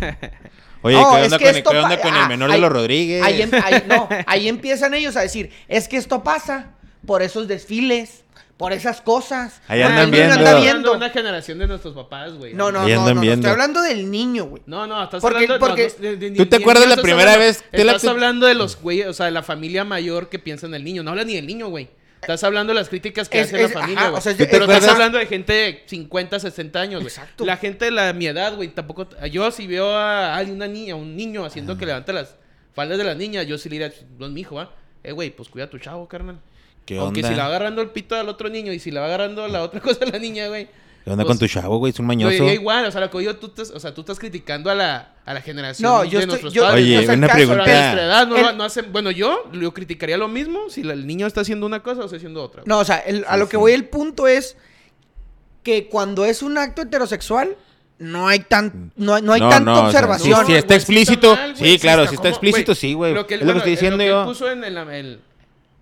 C: Oye,
B: No,
C: ¿qué
B: es
C: onda
B: que
C: con el-
B: esto
C: qué onda
B: pa-
C: con el
B: ah,
C: menor
B: ahí-
C: de los Rodríguez?
B: Ahí, em- ahí- no, ahí empiezan ellos a decir, es que esto pasa por esos desfiles, por esas cosas.
C: Ahí
B: porque
C: andan
B: el niño
C: viendo.
B: Ah, anda
A: hablando
B: viendo.
A: una generación de nuestros papás, güey.
B: No, no,
C: Ahí
B: no,
C: andan
B: no, no,
C: viendo.
B: estoy hablando del niño, güey.
A: No, no, estás
B: Porque-
A: hablando... no,
B: porque-
A: no, de- de-
C: ¿Tú te
A: de-
C: acuerdas
A: no
C: la
A: estás
C: primera
A: hablando-
C: vez que la-
A: Estás hablando de los güeyes, o sea, de la familia mayor que piensa en el niño. No hablas ni del niño, güey. Estás hablando de las críticas que
B: Es-
A: hace
B: es-
A: la
B: ajá,
A: familia, güey.
B: o sea, es-
A: Pero
C: ¿Te
A: estás
C: acuerdas?
A: hablando de gente de 50, 60 años, güey.
B: Exacto.
A: La gente de la, mi edad, güey, tampoco... Yo si veo a alguien, una niña, un niño haciendo
C: Ah.
A: que levanta las faldas de las niñas, yo sí le diría, no es mi hijo, ¿ah? Eh, güey, pues cuida a tu chavo, carnal.
C: ¿Qué
A: Aunque
C: onda?
A: si la va agarrando el pito al otro niño y si la va agarrando la otra cosa a la niña, güey.
C: ¿Qué onda
A: pues,
C: con tu chavo, güey? Es un
A: yo
C: mañoso.
A: diría igual, o sea, lo que yo, tú estás, o sea, tú estás criticando a la, a la generación
B: No,
A: de
B: yo estoy.
A: nuestros
B: Yo,
A: padres.
C: Oye,
A: ¿no?
B: o sea,
C: una
B: caso-
A: Pero a
C: pregunta.
A: nuestra edad no,
B: El-
A: lo- no hacen... Bueno, yo lo criticaría lo mismo si la- el niño está haciendo una cosa o está haciendo otra. güey.
B: No, o sea, el- a
C: Sí,
B: lo
C: sí.
B: que voy el punto es que cuando es un acto heterosexual, no hay tan, no, hay- no hay tanta
C: o sea,
B: observación.
C: sí, sí,
A: güey,
C: está explícito.
A: mal, güey,
C: sí, claro, si está
A: ¿cómo?
C: explícito, sí, güey.
A: Lo que,
C: es lo que estoy diciendo yo.
A: yo. puso en el, el-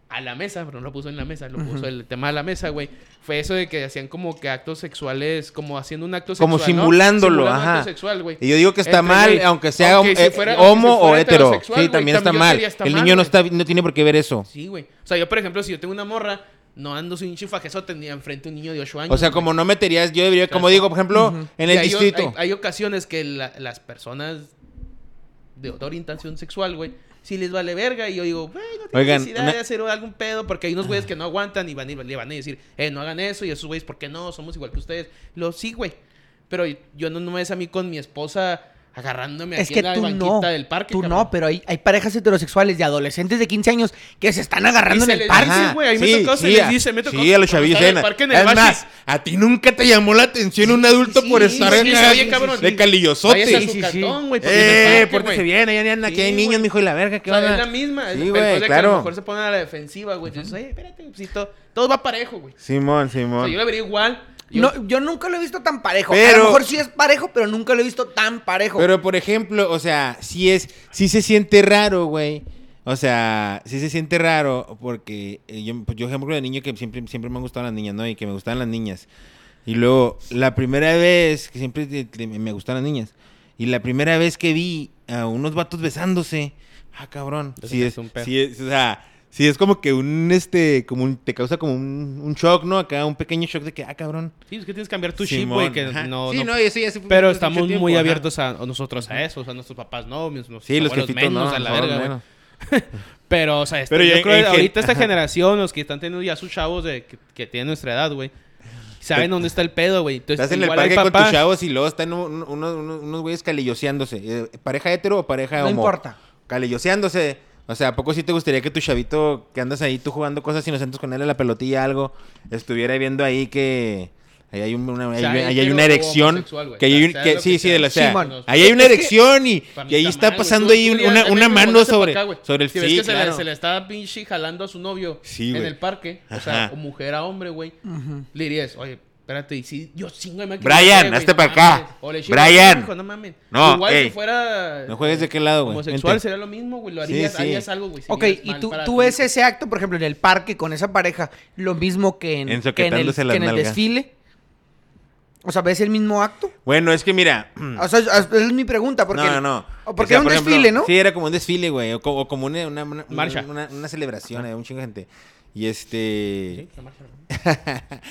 A: a la mesa, pero no lo puso en la mesa, lo puso el tema de la mesa, güey. Fue eso de que hacían como que actos sexuales, como haciendo un acto sexual.
C: Como
A: ¿no?
C: simulándolo,
A: Simulando un
C: ajá.
A: acto sexual, güey.
C: Y yo digo que está
A: Entre,
C: mal,
A: güey,
C: aunque sea
A: aunque
C: hom-
A: si
C: eh,
A: fuera- aunque
C: homo
A: si fuera
C: o hetero. Sí,
A: heterosexual, güey,
C: también está
A: también yo
C: mal.
A: diría está
C: El
A: mal,
C: niño no,
A: güey.
C: está, no tiene por qué ver eso.
A: Sí, güey. O sea, yo, por ejemplo, si yo tengo una morra, no ando sin un chifajeso tendría enfrente a un niño de 8 años.
C: O sea,
A: güey.
C: como no meterías, yo debería, como
A: Exacto.
C: digo, por ejemplo, en
A: Y
C: el
A: hay, o-
C: distrito.
A: Hay, hay ocasiones que la- las personas de otra orientación sexual, güey, si les vale verga. Y yo digo, güey, no tiene
C: Oigan,
A: necesidad
C: una-
A: de hacer algún pedo porque hay unos güeyes que no aguantan y van y le van a decir, eh, no hagan eso. Y esos güeyes, ¿por qué no? Somos igual que ustedes. Lo sí, güey. Pero yo no, no es a mí con mi esposa agarrándome
B: Es
A: aquí
B: que
A: en la
B: tú
A: banquita
B: no.
A: del parque.
B: tú
A: cabrón.
B: no, pero hay, hay parejas heterosexuales de adolescentes de 15 años que se están
A: Y
B: agarrando
A: se
B: en el
A: les
B: parque.
A: dice, güey, ahí me tocó, se les dice, me tocó
C: Sí, a los
A: cuando
C: chavillos.
A: estaba en
C: en-
A: el parque en el
C: es
A: Bashis.
C: más, a ti nunca te llamó la atención un adulto
A: sí,
C: por
A: sí,
C: estar
A: sí,
C: en
A: sí,
C: la-
A: oye, cabrón,
C: de
A: sí.
C: calillosote.
A: Váyase a su
B: Sí, sí, sí.
A: cartón, güey. porque en el
C: Eh,
A: parque,
C: pórtese
A: güey.
C: bien, allá andan, aquí
A: Sí,
C: hay niños,
A: güey.
C: mijo, y la verga,
A: O
C: ¿qué
A: sea,
C: onda?
A: es la misma. es-
C: Sí,
A: pero
C: güey,
A: es de que a
C: claro.
A: lo mejor se ponen a la defensiva, güey. Entonces, oye, espérate, pues, si to- todo va parejo, güey.
C: Simón,
A: O
C: Simón.
A: sea, yo le vería igual. Yo-
B: No, yo nunca lo he visto tan parejo. a
C: Pero-
B: lo mejor sí es parejo, pero nunca lo he visto tan parejo.
C: Pero por ejemplo, o sea, sí es, sí se siente raro, güey. O sea, sí se siente raro porque eh, yo, pues, yo ejemplo de niño que siempre, siempre me han gustado las niñas, ¿no? Y que me gustaban las niñas. Y luego, la primera vez que siempre te- te- me gustaban las niñas. Y la primera vez que vi a unos vatos besándose, ah, cabrón.
A: Te
C: Sí es,
A: sacaste un pedo.
C: sí es, o sea, sí es como que un, este, como un- te causa como un, un shock, ¿no? Acá un pequeño shock de que, ah, cabrón.
A: Sí, es que tienes que cambiar tu chip,
C: Simón,
A: güey. Que
C: ajá.
A: no,
C: Sí,
A: no-
C: no, eso ya se fue
A: Pero
C: mucho
A: estamos
C: tiempo,
A: muy
C: ajá.
A: abiertos a, a nosotros a eso. O sea, nuestros papás no, mis, nuestros
C: Sí, los
A: abuelos
C: jefitos
A: menos,
C: no,
A: a la
C: nosotros
A: verga, güey.
C: menos.
A: Pero, o sea, este-
C: Pero
A: yo,
C: ya
A: creo
C: en
A: que
C: gen-
A: ahorita esta
C: ajá.
A: generación, los que están teniendo ya sus chavos de, que, que tienen nuestra edad, güey, saben dónde está el pedo, güey. Entonces,
C: Estás en el
A: igual hay
C: parque con
A: papás-
C: tus chavos y luego están un- un- unos, unos güeyes calilloseándose. Eh, ¿Pareja hetero o pareja
B: no
C: homo?
B: importa.
C: Calilloseándose. O sea, ¿a poco sí te gustaría que tu chavito que andas ahí tú jugando cosas inocentes con él a la pelotilla algo, estuviera viendo ahí que ahí hay, un- una,
A: O sea,
C: ahí-
A: ahí
C: ahí hay
A: quiero
C: una erección?
A: homosexual, güey.
C: Que hay
A: O
C: un-
A: sea,
C: que-
A: lo
C: sí, sí,
A: que sea.
C: de la- o sea,
B: Simón.
C: ahí hay una erección y,
A: Pa' mí
C: y ahí está
A: mal, güey.
C: pasando
A: Tú-
C: ahí
A: tú ya
C: una,
A: también
C: una
A: te
C: mano
A: mandaste
C: sobre,
A: pa' acá, güey.
C: sobre el
A: Si
C: sí,
A: ves que se,
C: claro.
A: le, se le está pinche jalando a su novio
C: Sí,
A: en
C: güey.
A: el parque, o sea,
C: Ajá.
A: o mujer a hombre, güey. Le dirías, oye, espérate, y si yo chingo me
C: Brian, hazte pa' acá. Brian.
A: no mames.
C: No,
A: Igual
C: ey.
A: si fuera
C: No juegues de qué lado, güey.
A: homosexual
C: Vente.
A: sería lo mismo, güey. Lo
C: Sí,
A: harías,
C: sí.
A: harías algo, güey.
B: Ok,
A: serías
B: y
A: mal
B: tú,
A: para
B: tú
A: ti.
B: ves ese acto, por ejemplo, en el parque con esa pareja, lo mismo que en,
C: En
B: que en el,
C: soquetándose las
B: que en el
C: nalgas.
B: desfile. O sea, ¿ves el mismo acto?
C: Bueno, es que mira,
B: O sea, esa es mi pregunta. Porque
C: Mm. no, no.
B: o
C: O
B: Porque
C: sea,
B: era un
C: por ejemplo,
B: desfile, ¿no?
C: Sí, era como un desfile, güey. O, co- o como una, una, una-
A: Marcha.
C: una- una celebración, había un chingo de gente. Y este.
A: Sí, la marcha, ¿no?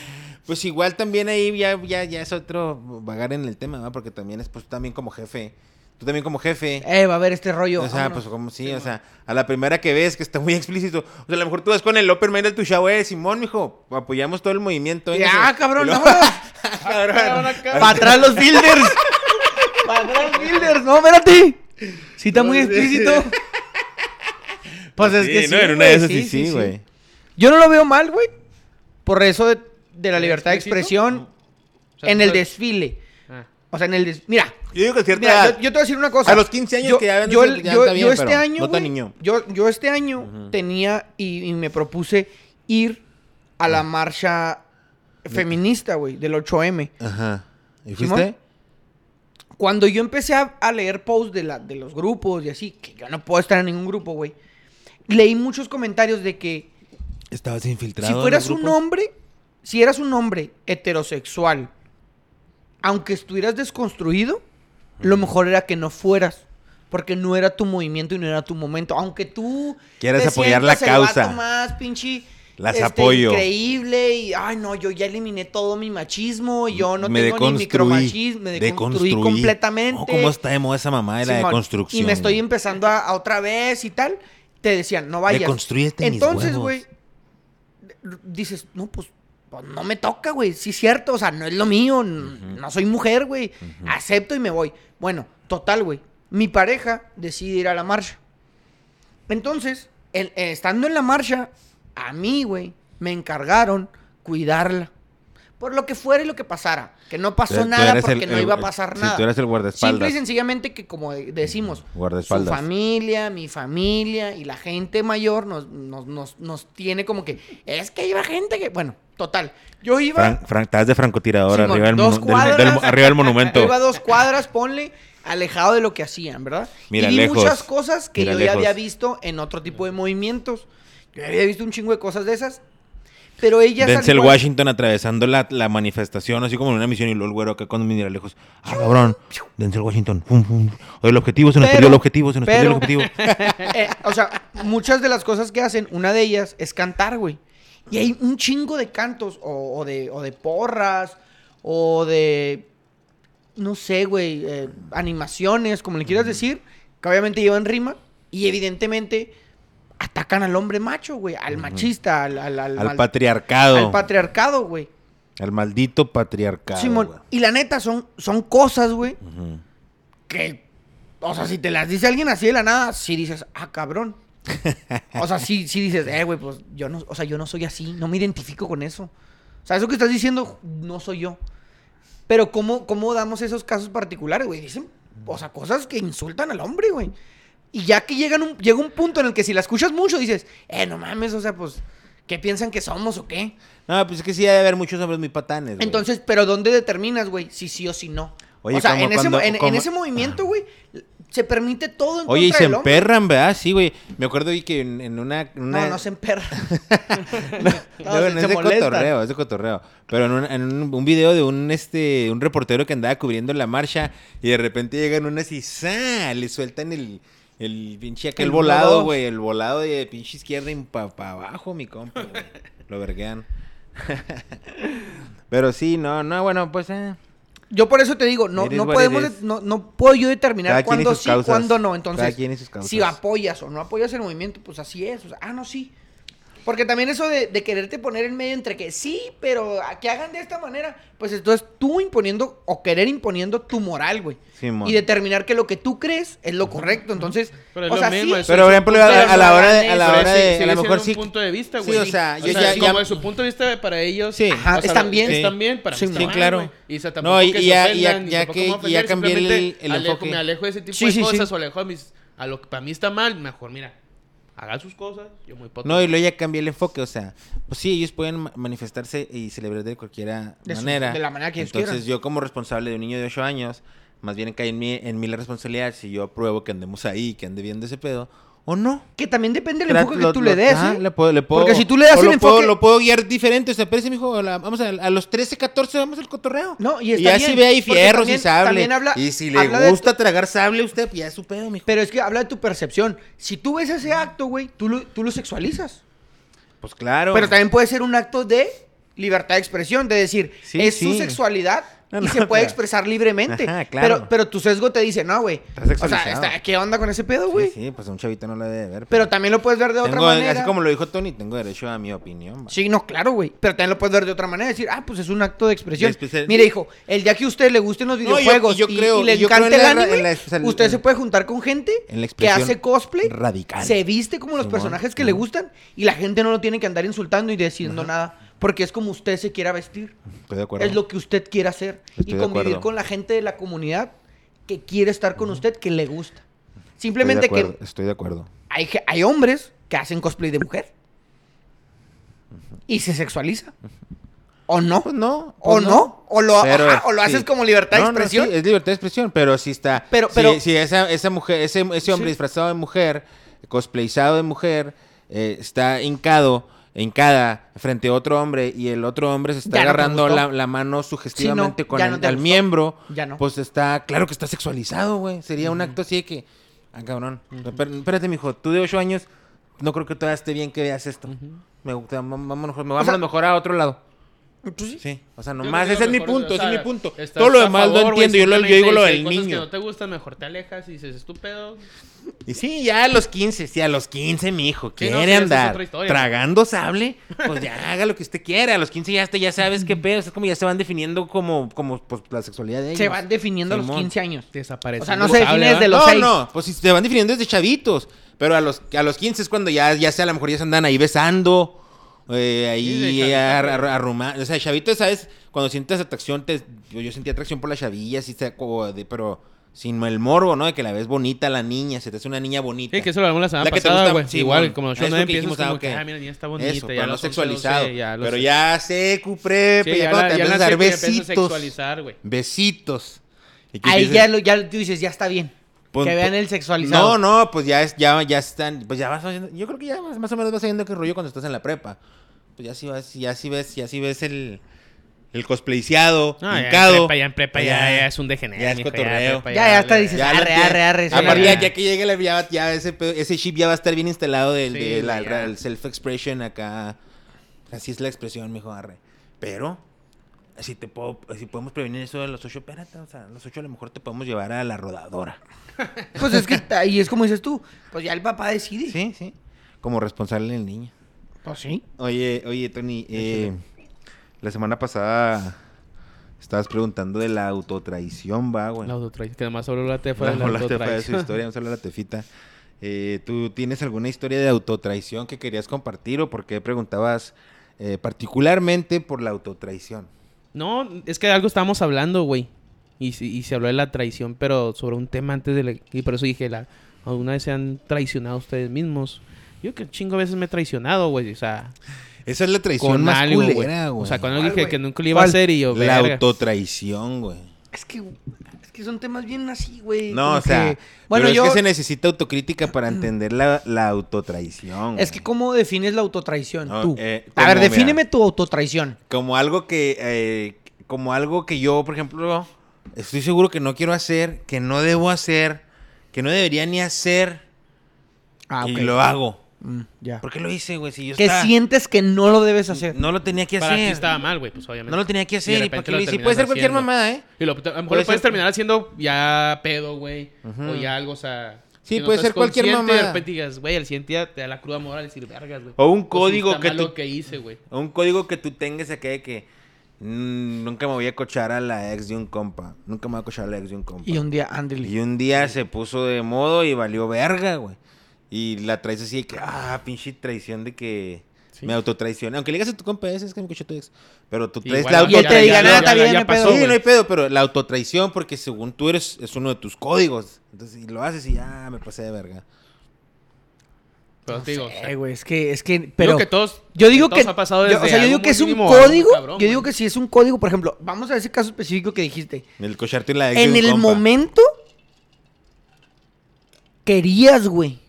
C: Pues igual también ahí ya, ya, ya es otro vagar en el tema, ¿verdad? Porque también es, pues, tú también como jefe. Tú también como jefe.
B: Eh, va a haber este rollo.
C: o sea,
B: vámonos.
C: pues como sí, o sea, a la primera que ves que está muy explícito. O sea, a lo mejor tú vas con el Open Mind de tu show, eh, Simón, mijo. Apoyamos todo el movimiento. véngase".
B: ya, cabrón,
C: Y luego-
B: vámonos.
A: Cabrón, acá.
B: Para atrás los builders. Para atrás builders. No, espérate. Sí está muy explícito. Pues es
C: Sí,
B: que sí.
C: no, en una de
B: güey,
C: esas sí, sí, güey.
B: Yo no lo veo mal, güey. Por eso de, de la libertad de
A: ¿Explícito?
B: expresión
A: O sea,
B: en
A: tú
B: el
A: sabes-
B: desfile.
A: Ah.
B: O sea, en el desfile. Mira,
C: Yo digo que cierta
B: mira,
C: edad.
B: yo, yo te voy a decir una cosa.
C: A los 15 años
B: yo,
C: que ya ven-
B: yo,
C: ya
B: yo-
C: está bien,
B: yo este
C: pero
B: año,
C: no tan
B: güey,
C: niño.
B: Yo, yo este año
C: Ujú.
B: tenía y, y me propuse ir a
C: Mm.
B: la marcha feminista, güey, del 8M.
C: Ajá. ¿Y
B: Simón.
C: fuiste?
B: Cuando yo empecé a, a leer posts de, la, de los grupos y así, que yo no puedo estar en ningún grupo, güey, leí muchos comentarios de que
C: Estabas infiltrado.
B: si
C: en los
B: fueras un
C: grupos.
B: hombre, si eras un hombre heterosexual, aunque estuvieras desconstruido, lo mejor era que no fueras. Porque no era tu movimiento y no era tu momento. Aunque tú...
C: Quieras
B: te
C: apoyar la
B: sientas el vato
C: causa.
B: más pinche... este,
C: Las apoyo.
B: Increíble. Y, ay, no, yo ya eliminé todo mi machismo. y Yo no
C: me
B: tengo ni micromachismo. Me deconstruí, completamente.
C: Oh, ¿Cómo está de moda esa mamá de la
B: Simón,
C: deconstrucción?
B: Y me estoy
C: güey?
B: empezando a, a otra vez y tal. Te decían, no vayas.
C: Deconstrúyete mis
B: Entonces,
C: huevos.
B: güey, dices, no, pues, pues, no me toca, güey. Sí, es cierto, o sea, no es lo mío. n- No soy mujer, güey. Acepto y me voy. Bueno, total, güey. Mi pareja decide ir a la marcha. Entonces, el- eh, estando en la marcha, a mí, güey, me encargaron cuidarla. Por lo que fuera y lo que pasara. Que no pasó
C: Tú- tú
B: nada
C: eres
B: porque
C: el-
B: no
C: el-
B: iba a pasar
C: sí,
B: nada.
C: tú eres el guardaespaldas.
B: Simple y sencillamente que, como de- decimos, su
C: Guardaespaldas.
B: familia, mi familia y la gente mayor nos, nos, nos, nos tiene como que. Es que iba gente que. Bueno, total. Yo iba.
C: Fran- Fran- estabas de francotirador
B: Simón,
C: arriba, del
B: dos
C: monu- del- del-
B: cuadras.
C: arriba del monumento.
B: Iba dos cuadras, ponle, alejado de lo que hacían, ¿verdad?
C: Mira,
B: y vi
C: lejos.
B: muchas cosas que
C: Mira,
B: yo
C: lejos.
B: ya había visto en otro tipo de movimientos. Yo ya había visto un chingo de cosas de esas. Pero ellas. al
C: Denzel
B: igual-
C: Washington atravesando la, la manifestación, así como en una misión, y luego el güero acá cuando mira lejos. Ah, cabrón. Denzel Washington. Fum, fum. Oye, el objetivo, se nos
B: Pero-
C: perdió el objetivo, se nos perdió el
B: pero-
C: objetivo.
B: Eh, o sea, muchas de las cosas que hacen, una de ellas es cantar, güey. Y hay un chingo de cantos, o, o de, o de porras, o de, no sé, güey, eh, animaciones, como le quieras decir, que obviamente llevan rima, Y evidentemente atacan al hombre macho, güey, al machista, al, al, al,
C: Al
B: mal-
C: patriarcado.
B: al patriarcado, güey.
C: Al maldito patriarcado.
B: Simón,
C: güey.
B: y la neta son, son cosas, güey,
C: Ujú.
B: que, o sea, si te las dice alguien así de la nada, sí dices, ah, cabrón. o sea, sí, sí dices, eh, güey, pues yo no, o sea, yo no soy así, no me identifico con eso. O sea, eso que estás diciendo, no soy yo. Pero ¿cómo, cómo damos esos casos particulares, güey? Dicen, o sea, cosas que insultan al hombre, güey. Y ya que llegan un, llega un punto en el que si la escuchas mucho dices, eh, no mames, o sea, pues, ¿qué piensan que somos o qué?
C: No, pues es que sí debe haber muchos hombres muy patanes. güey.
B: Entonces, pero ¿dónde determinas, güey? Si sí o si no.
C: Oye,
B: o sea,
C: como
B: en, ese,
C: cuando-
B: mo- en- en
C: como- Ah.
B: ese movimiento, güey, se permite todo en
C: Oye, y
B: contra
C: se
B: del hombre.
C: emperran, ¿verdad? Sí, güey. Me acuerdo y que en, en una, en una-
B: No, no se emperra.
C: No, no, es de cotorreo, es de cotorreo. Pero en, un, en un- un video de un este un reportero que andaba cubriendo la marcha y de repente llegan unas y ¡za! le sueltan el el pinche aquel
B: El
C: volado,
B: volado.
C: güey, el volado de pinche izquierda y para abajo, mi compa, güey. Lo verguean. Pero sí, no, no, bueno, pues eh.
B: Yo por eso te digo, no,
C: It is
B: no
C: what
B: podemos,
C: it is.
B: de- no, no puedo yo
C: Cada
B: determinar
C: quien y
B: cuándo
C: sus
B: sí,
C: causas.
B: cuándo no.
C: Cada
B: Entonces,
C: quien y sus causas.
B: si apoyas o no apoyas el movimiento, pues así es. O sea, ah, no, sí. Porque también eso de, de quererte poner en medio entre que sí, pero a que hagan de esta manera, pues entonces tú imponiendo o querer imponiendo tu moral, güey.
C: Simón.
B: y determinar que lo que tú crees es lo correcto. Entonces,
A: Pero es
B: o
A: lo
B: sea,
A: mismo,
B: sí,
A: es-
C: Pero por ejemplo, a,
B: Pero
C: a la
B: no
C: hora
B: hagan
C: de a la
B: eso.
C: hora
A: Pero sí,
C: de a
A: sigue
C: lo mejor
A: siendo
C: sí
A: un punto de vista,
C: sí,
A: güey.
C: o sea, yo ya-
A: como
C: ya-
A: de su punto de vista de- para ellos.
C: Sí. Ajá,
B: están bien.
A: Están bien, para mí
B: Sí,
A: está
B: sí,
A: mal,
C: claro.
A: güey. Y, o sea,
C: No,
A: tampoco
C: y-
A: que
C: y ya-
A: se
C: y ya-
A: ofendan,
C: ya
A: tampoco
C: que-
A: me
C: y ya
A: ofender,
C: cambié el-
A: simplemente
C: el
A: alejo-
C: enfoque.
A: Me alejo de ese tipo
B: Sí,
A: de
B: sí, sí.
A: cosas o alejo a mis... A lo que para mí está mal, mejor, mira, hagan sus cosas, yo muy poco.
C: No, y luego ya cambié el enfoque, o sea, pues sí, ellos pueden ma- manifestarse y celebrar de cualquiera
B: De su-
C: manera.
B: de la manera que ellos
C: Entonces,
B: quieran.
C: yo como responsable de un niño de 8 años, más bien cae en mí, en mí la responsabilidad si yo apruebo que andemos ahí, que ande viendo ese pedo, o no.
B: que también depende del
C: Tra-
B: enfoque
C: lo-
B: que tú
C: lo-
B: le des.
C: ajá,
B: ¿eh?
C: le puedo- le puedo-
B: Porque si tú le das
C: o
B: el
C: lo puedo-
B: enfoque-
C: lo puedo guiar diferente, o sea, espérese, mijo, a la- vamos a, a los 13, 14 vamos al cotorreo.
B: No, y
C: ya
B: está bien,
C: si ve ahí
B: porque
C: fierros y
B: también-
C: sable.
B: también habla-
C: y si le
B: habla de-
C: gusta tragar sable, usted pues ya es su pedo, mijo.
B: Pero es que habla de tu percepción. Si tú ves ese acto, güey, tú lo, tú lo sexualizas.
C: Pues claro.
B: Pero también puede ser un acto de libertad de expresión, de decir,
C: Sí,
B: es
C: sí.
B: su sexualidad
C: No,
B: y
C: no,
B: se puede
C: pero-
B: expresar libremente.
C: Ajá, claro.
B: pero, pero tu sesgo te dice, no, güey.
C: Está
B: O sea,
C: sexualizado.
B: está- ¿qué onda con ese pedo,
C: Sí,
B: güey?
C: sí, pues un chavito no lo debe ver.
B: Pero también lo puedes ver de otra
C: Tengo-
B: manera.
C: Así como lo dijo Tony, tengo derecho a mi opinión. va.
B: Sí, no, claro, güey. Pero también lo puedes ver de otra manera. Decir, ah, pues es un acto de expresión.
C: De especial-
B: Mire, hijo, el día que a usted le gusten los
C: No, yo-
B: videojuegos
C: yo
B: y-
C: creo-
B: y, le
C: yo creo
B: encante
C: en la
B: el
C: ra-
B: anime,
C: en la- o sea,
B: usted
C: en-
B: se puede juntar con gente
C: en la
B: que
C: expresión
B: hace cosplay,
C: radical.
B: se viste como los
C: Simón,
B: personajes que
C: ajá.
B: le gustan y la gente no lo tiene que andar insultando y diciendo nada. Porque es como usted se quiera vestir.
C: Estoy de acuerdo.
B: Es lo que usted quiere hacer.
C: Estoy
B: y
C: de
B: convivir
C: acuerdo.
B: con la gente de la comunidad que quiere estar con usted, que le gusta. Simplemente
C: estoy de
B: que
C: acuerdo, Estoy de acuerdo.
B: hay, ge- hay hombres que hacen cosplay de mujer. Y se sexualiza. ¿O no?
C: Pues no.
B: ¿O
C: pues
B: no? ¿O lo,
C: Pero,
B: ajá, o lo
C: sí.
B: haces como libertad de
C: No, no,
B: expresión?
C: sí, es libertad de expresión, pero sí está.
B: Pero-
C: si-
B: pero-
C: si, esa, esa mujer, ese, ese hombre disfrazado de mujer, cosplayizado de mujer, eh, está hincado, hincada frente a otro hombre y el otro hombre se está
B: Ya no te
C: agarrando
B: gustó.
C: la, la mano sugestivamente con
B: ya
C: el,
B: no te
C: al
B: gustó.
C: miembro,
B: Ya no.
C: pues está, claro que está sexualizado, güey. Sería un acto así de que, ah, cabrón, espérate, espérate, mijo, tú de ocho años, no creo que todavía esté bien que veas esto. Me gusta, vámonos, mejor- vámonos
B: sea-
C: mejor a otro lado.
B: Pues sí.
C: Sí, o sea,
A: Yo
C: nomás,
A: creo
C: ese
A: que
C: es mi
A: lo mejor
C: punto,
A: o
C: ese es
A: sea,
C: mi punto.
A: estás
C: Todo lo
A: a
C: demás
A: favor,
C: lo
A: güey,
C: entiendo, yo, lo, yo digo lo
A: simplemente si hay
C: del
A: cosas que
C: niño.
A: no te gustan, mejor te alejas y dices, estúpido.
C: Y sí, ya a los 15, sí, a los 15, mi hijo,
A: Sí, no,
C: quiere
A: sí, esa es
C: andar
A: otra historia.
C: tragando sable, pues ya haga lo que usted quiera. A los 15 ya, está- ya sabes qué pedo, es como ya se van definiendo como, como pues, la sexualidad de ellos.
B: Se van definiendo a los
C: Simón. Pues
B: 15 años.
A: Desaparece.
B: O sea, no se define desde los
C: no,
B: 6.
C: no, pues si te van definiendo desde chavitos. Pero a los, a los 15 es cuando ya, ya sea, a lo mejor ya se andan ahí besando. eh,
A: Sí,
C: ahí
A: de chavito,
C: ar-
A: güey.
C: ar- arruma- O sea, chavito, ¿sabes? Cuando sientes atracción, te, yo, yo sentí atracción por la chavilla, así se- como de- pero sin el morbo, ¿no? De que la ves bonita la niña, se te hace una niña bonita.
A: Sí, que eso lo hablamos la semana
C: La que te
A: pasada,
C: gusta,
A: güey.
C: sí,
A: Igual,
C: bueno,
A: como
C: es
A: yo
C: lo
A: no
C: que
A: empiezo
C: dijimos,
A: como
C: ah,
A: que,
C: ok.
A: ah, mira, ya está bonita.
C: Eso,
A: ya
C: pero
A: a
C: no
A: los 11,
C: sexualizado.
A: 12, ya a los-
C: pero ya se cupre,
A: Sí,
C: ya,
A: ya
C: cuando
A: la-
C: te
A: ya
C: empiezas
A: la
C: a dar
A: se- te empiezas a
C: besitos.
A: sexualizar, güey.
C: Besitos. Y que
B: Ahí
C: dices,
B: ya, lo, ya tú dices, ya está bien.
C: Pues,
B: que vean
C: pues,
B: el
C: No,
B: sexualizado.
C: no, pues ya es, ya, ya están, pues ya vas haciendo, yo creo que ya más, más o menos vas sabiendo qué rollo cuando estás en la prepa. Pues ya sí vas, ya sí ves, ya sí ves el, el cosplayciado,
A: No, ya en
C: hincado. pues
A: prepa, ya en prepa, ya, ya es un degenerado.
C: ya es cotorreo.
B: Ya, ya está, dices,
C: Ya lo
B: arre,
C: tie-
B: arre, arre. suena
C: Aparte,
A: ya-
C: ya,
B: bien.
C: ya que llegue la ya, ya ese, pedo- ese chip ya va a estar bien instalado del
A: Sí,
C: de la-
A: ya.
C: el self-expression acá. Así es la expresión, mijo, arre. Pero, si te puedo, si podemos prevenir eso de los ocho, espérate, o sea, los ocho a lo mejor te podemos llevar a la rodadora.
B: Pues es que ahí es como dices tú. Pues ya el papá decide.
C: Sí, sí. Como responsable del niño.
B: Pues sí.
C: Oye, oye, Tony, eh, la semana pasada estabas preguntando de la autotraición, va, güey.
A: La autotraición. Que nomás solo la tefa
C: La
A: de la
C: molaste para su
A: autotraición.
C: historia, vamos a hablar de la tefita. Eh, ¿Tú tienes alguna historia de autotraición que querías compartir o por qué preguntabas eh, particularmente por la autotraición?
A: No, es que de algo estábamos hablando, güey. Y, se- y se habló de la traición, pero sobre un tema antes de la... Y por eso dije, la, ¿alguna vez se han traicionado ustedes mismos? Yo que un chingo de veces me he traicionado, güey. O sea,
C: Esa es la traición
A: con
C: más
A: algo, güey.
C: culera, güey.
A: O sea, cuando
B: ¿Cuál,
A: dije
B: güey?
A: que nunca lo iba a
B: ¿Cuál?
A: hacer y yo,
C: la
A: verga.
C: autotraición, güey.
B: Es que, es que son temas bien así, güey.
C: No,
B: como
C: o sea,
B: que- Bueno,
C: pero
B: yo.
C: es que se necesita autocrítica para entender la, la autotraición. güey.
B: ¿cómo defines la autotraición
C: No,
B: tú?
C: eh,
B: a ver,
C: ¿cómo, mira?
B: defíneme tu autotraición.
C: Como algo que... eh, como algo que yo, por ejemplo, estoy seguro que no quiero hacer, que no debo hacer, que no debería ni hacer,
B: Ah,
C: y lo hago.
B: Mm, ya.
C: ¿Por qué lo hice, güey? Si yo
B: Que
C: estaba-
B: sientes que no lo debes hacer.
C: No lo tenía que
A: Para ti
C: hacer.
A: estaba mal, güey, pues obviamente.
C: No lo tenía que
A: Y de
C: hacer. ¿Y, para
A: repente
C: qué lo
A: lo
C: hice? Y
A: terminas
C: Puede ser cualquier
A: haciendo.
C: mamada, ¿eh?
A: Y lo, a lo mejor
C: Puede
A: lo puedes
C: ser-
A: terminar haciendo ya pedo, güey.
C: Ujú.
A: O ya algo, o sea...
C: Sí,
A: no
C: puede
A: estás
C: ser cualquier
A: consciente Y de
C: mamada.
A: repente digas, güey, el siguiente día te da la cruda moral y decir, vergas, güey.
C: O un
A: Pues sí
C: código
A: está
C: que
A: mal
C: tú-
A: lo que hice, güey.
C: Un código que tú tengas acá de que mm, nunca me voy a cochar a la ex de un compa. Nunca me voy a cochar a la ex de un compa.
B: Y un día, Eh, Andrés.
C: Y un día se puso de modo y valió verga, güey. Y la traes así de que, ah, pinche traición de que
A: Sí.
C: me autotraicioné. Aunque le digas a tu compa, "Ese es que me cochó tu ex. Pero tú traes
A: Igual,
C: la
A: no,
B: Y él te
C: autotraición.
B: diga, "Nada, está bien, no hay
A: pasó,
B: pedo".
C: Sí,
A: güey.
C: no hay pedo, pero la autotraición, porque según tú eres, es uno de tus códigos. Entonces, y lo haces y ya me pasé de verga.
A: Pero te digo,
B: Eh, güey, es que, es que,
A: pero
B: pero.
A: que todos,
B: Yo digo
A: todos
B: que.
A: ha pasado
B: yo-
A: desde
B: o sea, yo
A: algo
B: digo que
A: muy
B: es un
A: mínimo a
B: código.
A: algo cabrón,
B: yo
A: güey.
B: digo que si es un código, por ejemplo, vamos a ese caso específico que dijiste.
C: El cocharte la ex de
B: En
C: un
B: el
C: compa.
B: momento. Querías, güey.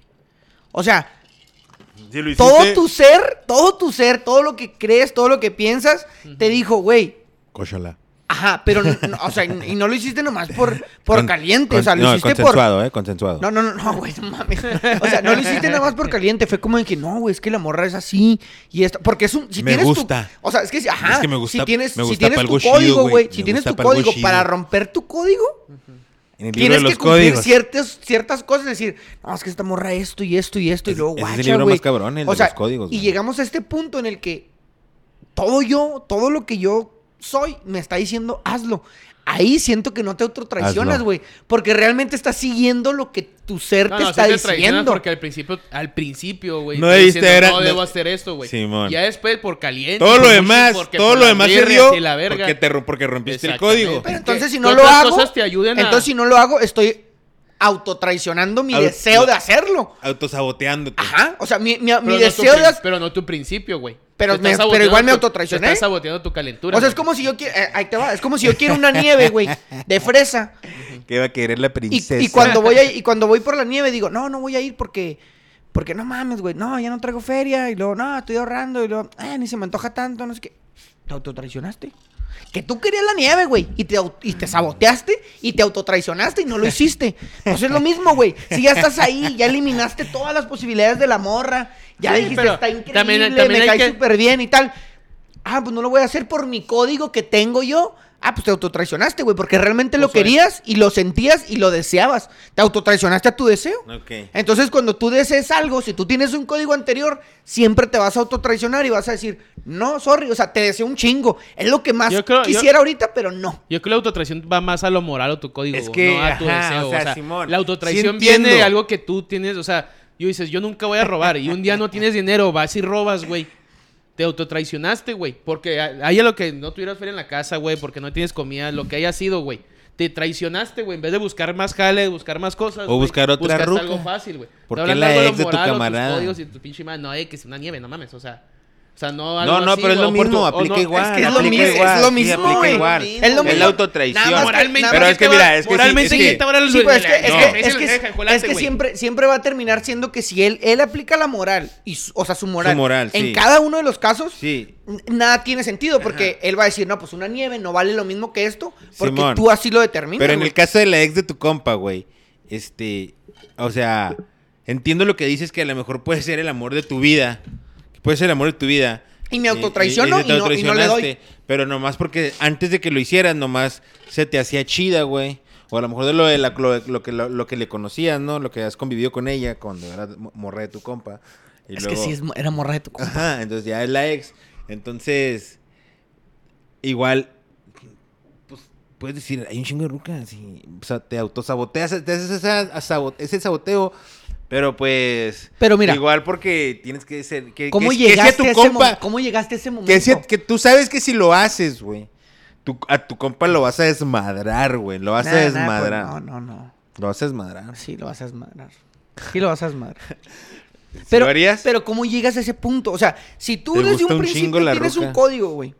B: O sea,
C: Si lo
B: todo
C: hiciste,
B: tu ser, todo tu ser, todo lo que crees, todo lo que piensas, te dijo, güey.
C: Cóchala.
B: Ajá, pero, n- no, o sea, y y no lo hiciste nomás por, por
C: Con-
B: caliente, o
C: con-
B: sea, lo
C: no,
B: hiciste por,
C: consensuado, ¿eh? Consensuado.
B: No, no, no, no, güey, no mames. O sea, no lo hiciste nada más por caliente. Fue como de que no, güey, es que la morra es así. Y esto. Porque es un. Si
C: Me
B: tienes tu-
C: gusta.
B: o sea, es que, si- ajá,
C: Es que me gusta-
B: si tienes,
C: me
B: si
C: gusta
B: tienes
C: pa'
B: tu
C: algo chido,
B: código,
C: güey,
B: güey. Si
C: me
B: tienes
C: gusta
B: tu
C: pa' algo
B: código
C: chido.
B: para romper tu código,
C: en el libro
B: tienes
C: de los
B: que cumplir
C: códigos.
B: ciertas, ciertas cosas. Decir, no, es que esta morra esto y esto y esto. Y
C: Es-
B: luego,
C: ese es el
B: guacha,
C: libro más
B: güey.
C: cabrón, el
B: o
C: de
B: sea,
C: los códigos,
B: Y
C: güey.
B: llegamos a este punto en el que todo yo, todo lo que yo soy, me está diciendo, hazlo. Ahí siento que no te autotraicionas,
C: Hazlo.
B: güey. Porque realmente estás siguiendo lo que tu ser
A: No,
B: te
A: no,
B: está
A: sí te traicionas
B: diciendo.
A: porque al principio, al principio, güey.
C: No
A: te
C: debiste
A: diciendo,
C: era-
A: No
C: no-
A: debo hacer esto, güey.
C: Simón.
A: Ya después por caliente.
C: Todo lo
A: por
C: demás,
A: bullshit, porque
C: todo
A: por
C: lo
A: las
C: demás se
A: birrias
C: dio
A: y la verga.
C: porque, te ro- porque rompiste el
A: Exactamente.
C: código.
B: Pero
A: Que-
B: entonces si
A: que
B: no lo
A: otras
B: hago,
A: cosas te ayuden a-
B: entonces si no lo hago, estoy autotraicionando mi
C: Auto-
B: deseo de hacerlo.
C: Autosaboteándote.
B: Ajá, o sea, mi, mi- mi
A: Pero no tu
B: deseo de
A: prin-
B: hacer...
A: Pero no tu principio, güey.
B: Pero
A: Te
B: me-
A: estás
B: pero
A: saboteando
B: igual me
A: tu-
B: autotraicioné.
A: te Estás saboteando tu calentura.
B: O sea, es
A: güey.
B: como si yo quiero... eh, ahí te va, es como si yo quiero una nieve, güey, de fresa.
C: Que iba a querer la
B: Y,
C: princesa.
B: y cuando voy a- y cuando voy por la nieve digo, no, no voy a ir porque, porque no mames, güey, no, ya no traigo feria. Y luego, no, estoy ahorrando. Y luego, ah, ni se me antoja tanto, no sé qué. Te autotraicionaste. Que tú querías la nieve, güey, y te, au- y te saboteaste y te autotraicionaste y no lo hiciste. Pues es lo mismo, güey. Si ya estás ahí, ya eliminaste todas las posibilidades de la morra, ya
A: Sí,
B: dijiste,
A: pero
B: está increíble,
A: también- también
B: me
A: hay
B: cae
A: que-
B: súper bien y tal. Ah, pues no lo voy a hacer por mi código que tengo yo. Ah, pues te autotraicionaste, güey, porque realmente lo
A: Eso es.
B: querías y lo sentías y lo deseabas. Te autotraicionaste a tu deseo.
C: Ok.
B: Entonces, cuando tú desees algo, si tú tienes un código anterior, siempre te vas a autotraicionar y vas a decir, no, sorry, o sea, te deseo un chingo. Es lo que más
A: Yo creo- yo-
B: quisiera ahorita, pero no.
A: Yo creo que la autotraición va más a lo moral o tu código,
C: Es
A: güey,
C: que,
A: no a tu
C: ajá,
A: deseo.
C: o
A: O
C: sea,
A: sea,
C: Simón,
A: la
C: sí
A: autotraición
C: entiendo.
A: viene de algo que tú tienes, o sea, yo dices, yo nunca voy a robar y un día no tienes dinero, vas y robas, güey. Te autotraicionaste, güey, porque a- haya lo que no tuvieras feria en la casa, güey, porque no tienes comida, lo que haya sido, güey. Te traicionaste, güey, en vez de buscar más jale, buscar más cosas.
C: O
A: güey,
C: buscar otra
A: buscaste
C: ruca.
A: algo fácil, güey.
C: ¿Por
A: No
C: qué
A: hablando
C: la
A: algo lo
C: ex de tu
A: moral o tus
C: camarada?
A: códigos y tu pinche madre, no, eh, que es una nieve, no mames, o sea. O sea, no
C: No, no, pero es lo mismo. Aplica igual.
B: que es lo
C: aplica
B: mismo, es
C: igual,
B: lo
C: sí,
B: mismo,
C: aplica
B: güey.
C: igual.
B: Es lo
C: Es
B: mismo.
C: la autotraición.
B: Nada más que-
A: Moralmente,
C: pero es que mira, es que sí,
A: moralmente
C: es que-
A: sí, te van a
B: Sí, pero es que, es
A: no.
B: que-
C: No.
B: es que-
A: Deja el
B: es
A: colate,
B: que
A: güey.
B: siempre, siempre va a terminar siendo que si él, él aplica la moral, y, su- o sea, su moral,
C: moral,
B: en
C: sí.
B: cada uno de los casos,
C: Sí.
B: n- nada tiene sentido, porque él va a decir, no, pues una nieve no vale lo mismo que esto, porque
C: Simón.
B: tú así lo determinas.
C: Pero en
B: güey.
C: el caso de la ex de tu compa, güey, este, o sea, entiendo lo que dices que a lo mejor puede ser el amor de tu vida, que puede ser el amor de tu vida,
B: Y me autotraiciono y,
C: te
B: no, y no le doy.
C: autotraicionaste, Pero nomás porque antes de que lo hicieras, nomás se te hacía chida, güey. O a lo mejor de lo, de la- lo, lo que, lo, lo que le conocías, ¿no? Lo que has convivido con ella cuando era mo- morra de tu compa. Y
B: Es que
C: luego-
B: sí, es mo- era morra de tu compa.
C: Ajá, entonces ya es la ex. Entonces, igual, pues puedes decir, hay un chingo de rucas. Y, o sea, te autosaboteas, te haces esa- sabo- ese saboteo. Pero pues.
B: Pero mira.
C: Igual porque tienes que ser. Que,
B: ¿Cómo,
C: que- que sea
B: llegaste
C: tu
B: a ese
C: compa.
B: mo- ¿Cómo llegaste a ese momento?
C: Que, si- que tú sabes que si lo haces, güey. tu- a tu compa lo vas a desmadrar, güey. Lo vas a
B: Nada, nada, pues,
C: desmadrar.
B: no, no, no.
C: Lo vas a desmadrar.
B: Sí, lo vas a desmadrar. Sí, lo vas a desmadrar. Pero,
C: lo harías?
B: pero ¿cómo llegas a ese punto? O sea, si tú
C: ¿Te
B: desde
C: gusta
B: un
C: un
B: principio
C: chingo la
B: tienes
C: ruca?
B: un código, güey.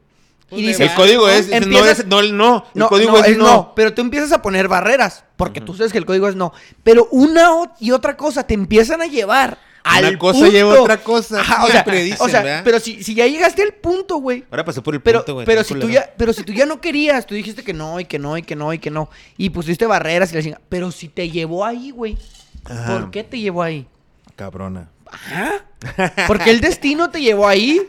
B: Y dices,
C: el código es,
B: ¿no?
C: es no,
B: Empiezas-
C: es- no, no, el
B: No,
C: código
B: no,
C: es, no.
B: Pero tú empiezas a poner barreras, porque tú sabes que el código es no. Pero una o- y otra cosa te empiezan a llevar al
C: Una cosa
B: punto.
C: lleva a otra cosa.
B: Ajá, o sea,
C: Siempre dicen,
B: o sea,
C: ¿verdad?
B: pero si, si ya llegaste al punto, güey.
C: Ahora pasó por el
B: Pero,
C: punto, güey.
B: pero,
C: qué
B: si tú
C: culero.
B: ya, pero si tú ya no querías, tú dijiste que no, y que no, y que no, y que no. Y pusiste barreras y la chinga. Pero si te llevó ahí, güey.
C: Ajá.
B: ¿Por qué te llevó ahí?
C: Cabrona.
B: Porque el destino te llevó ahí,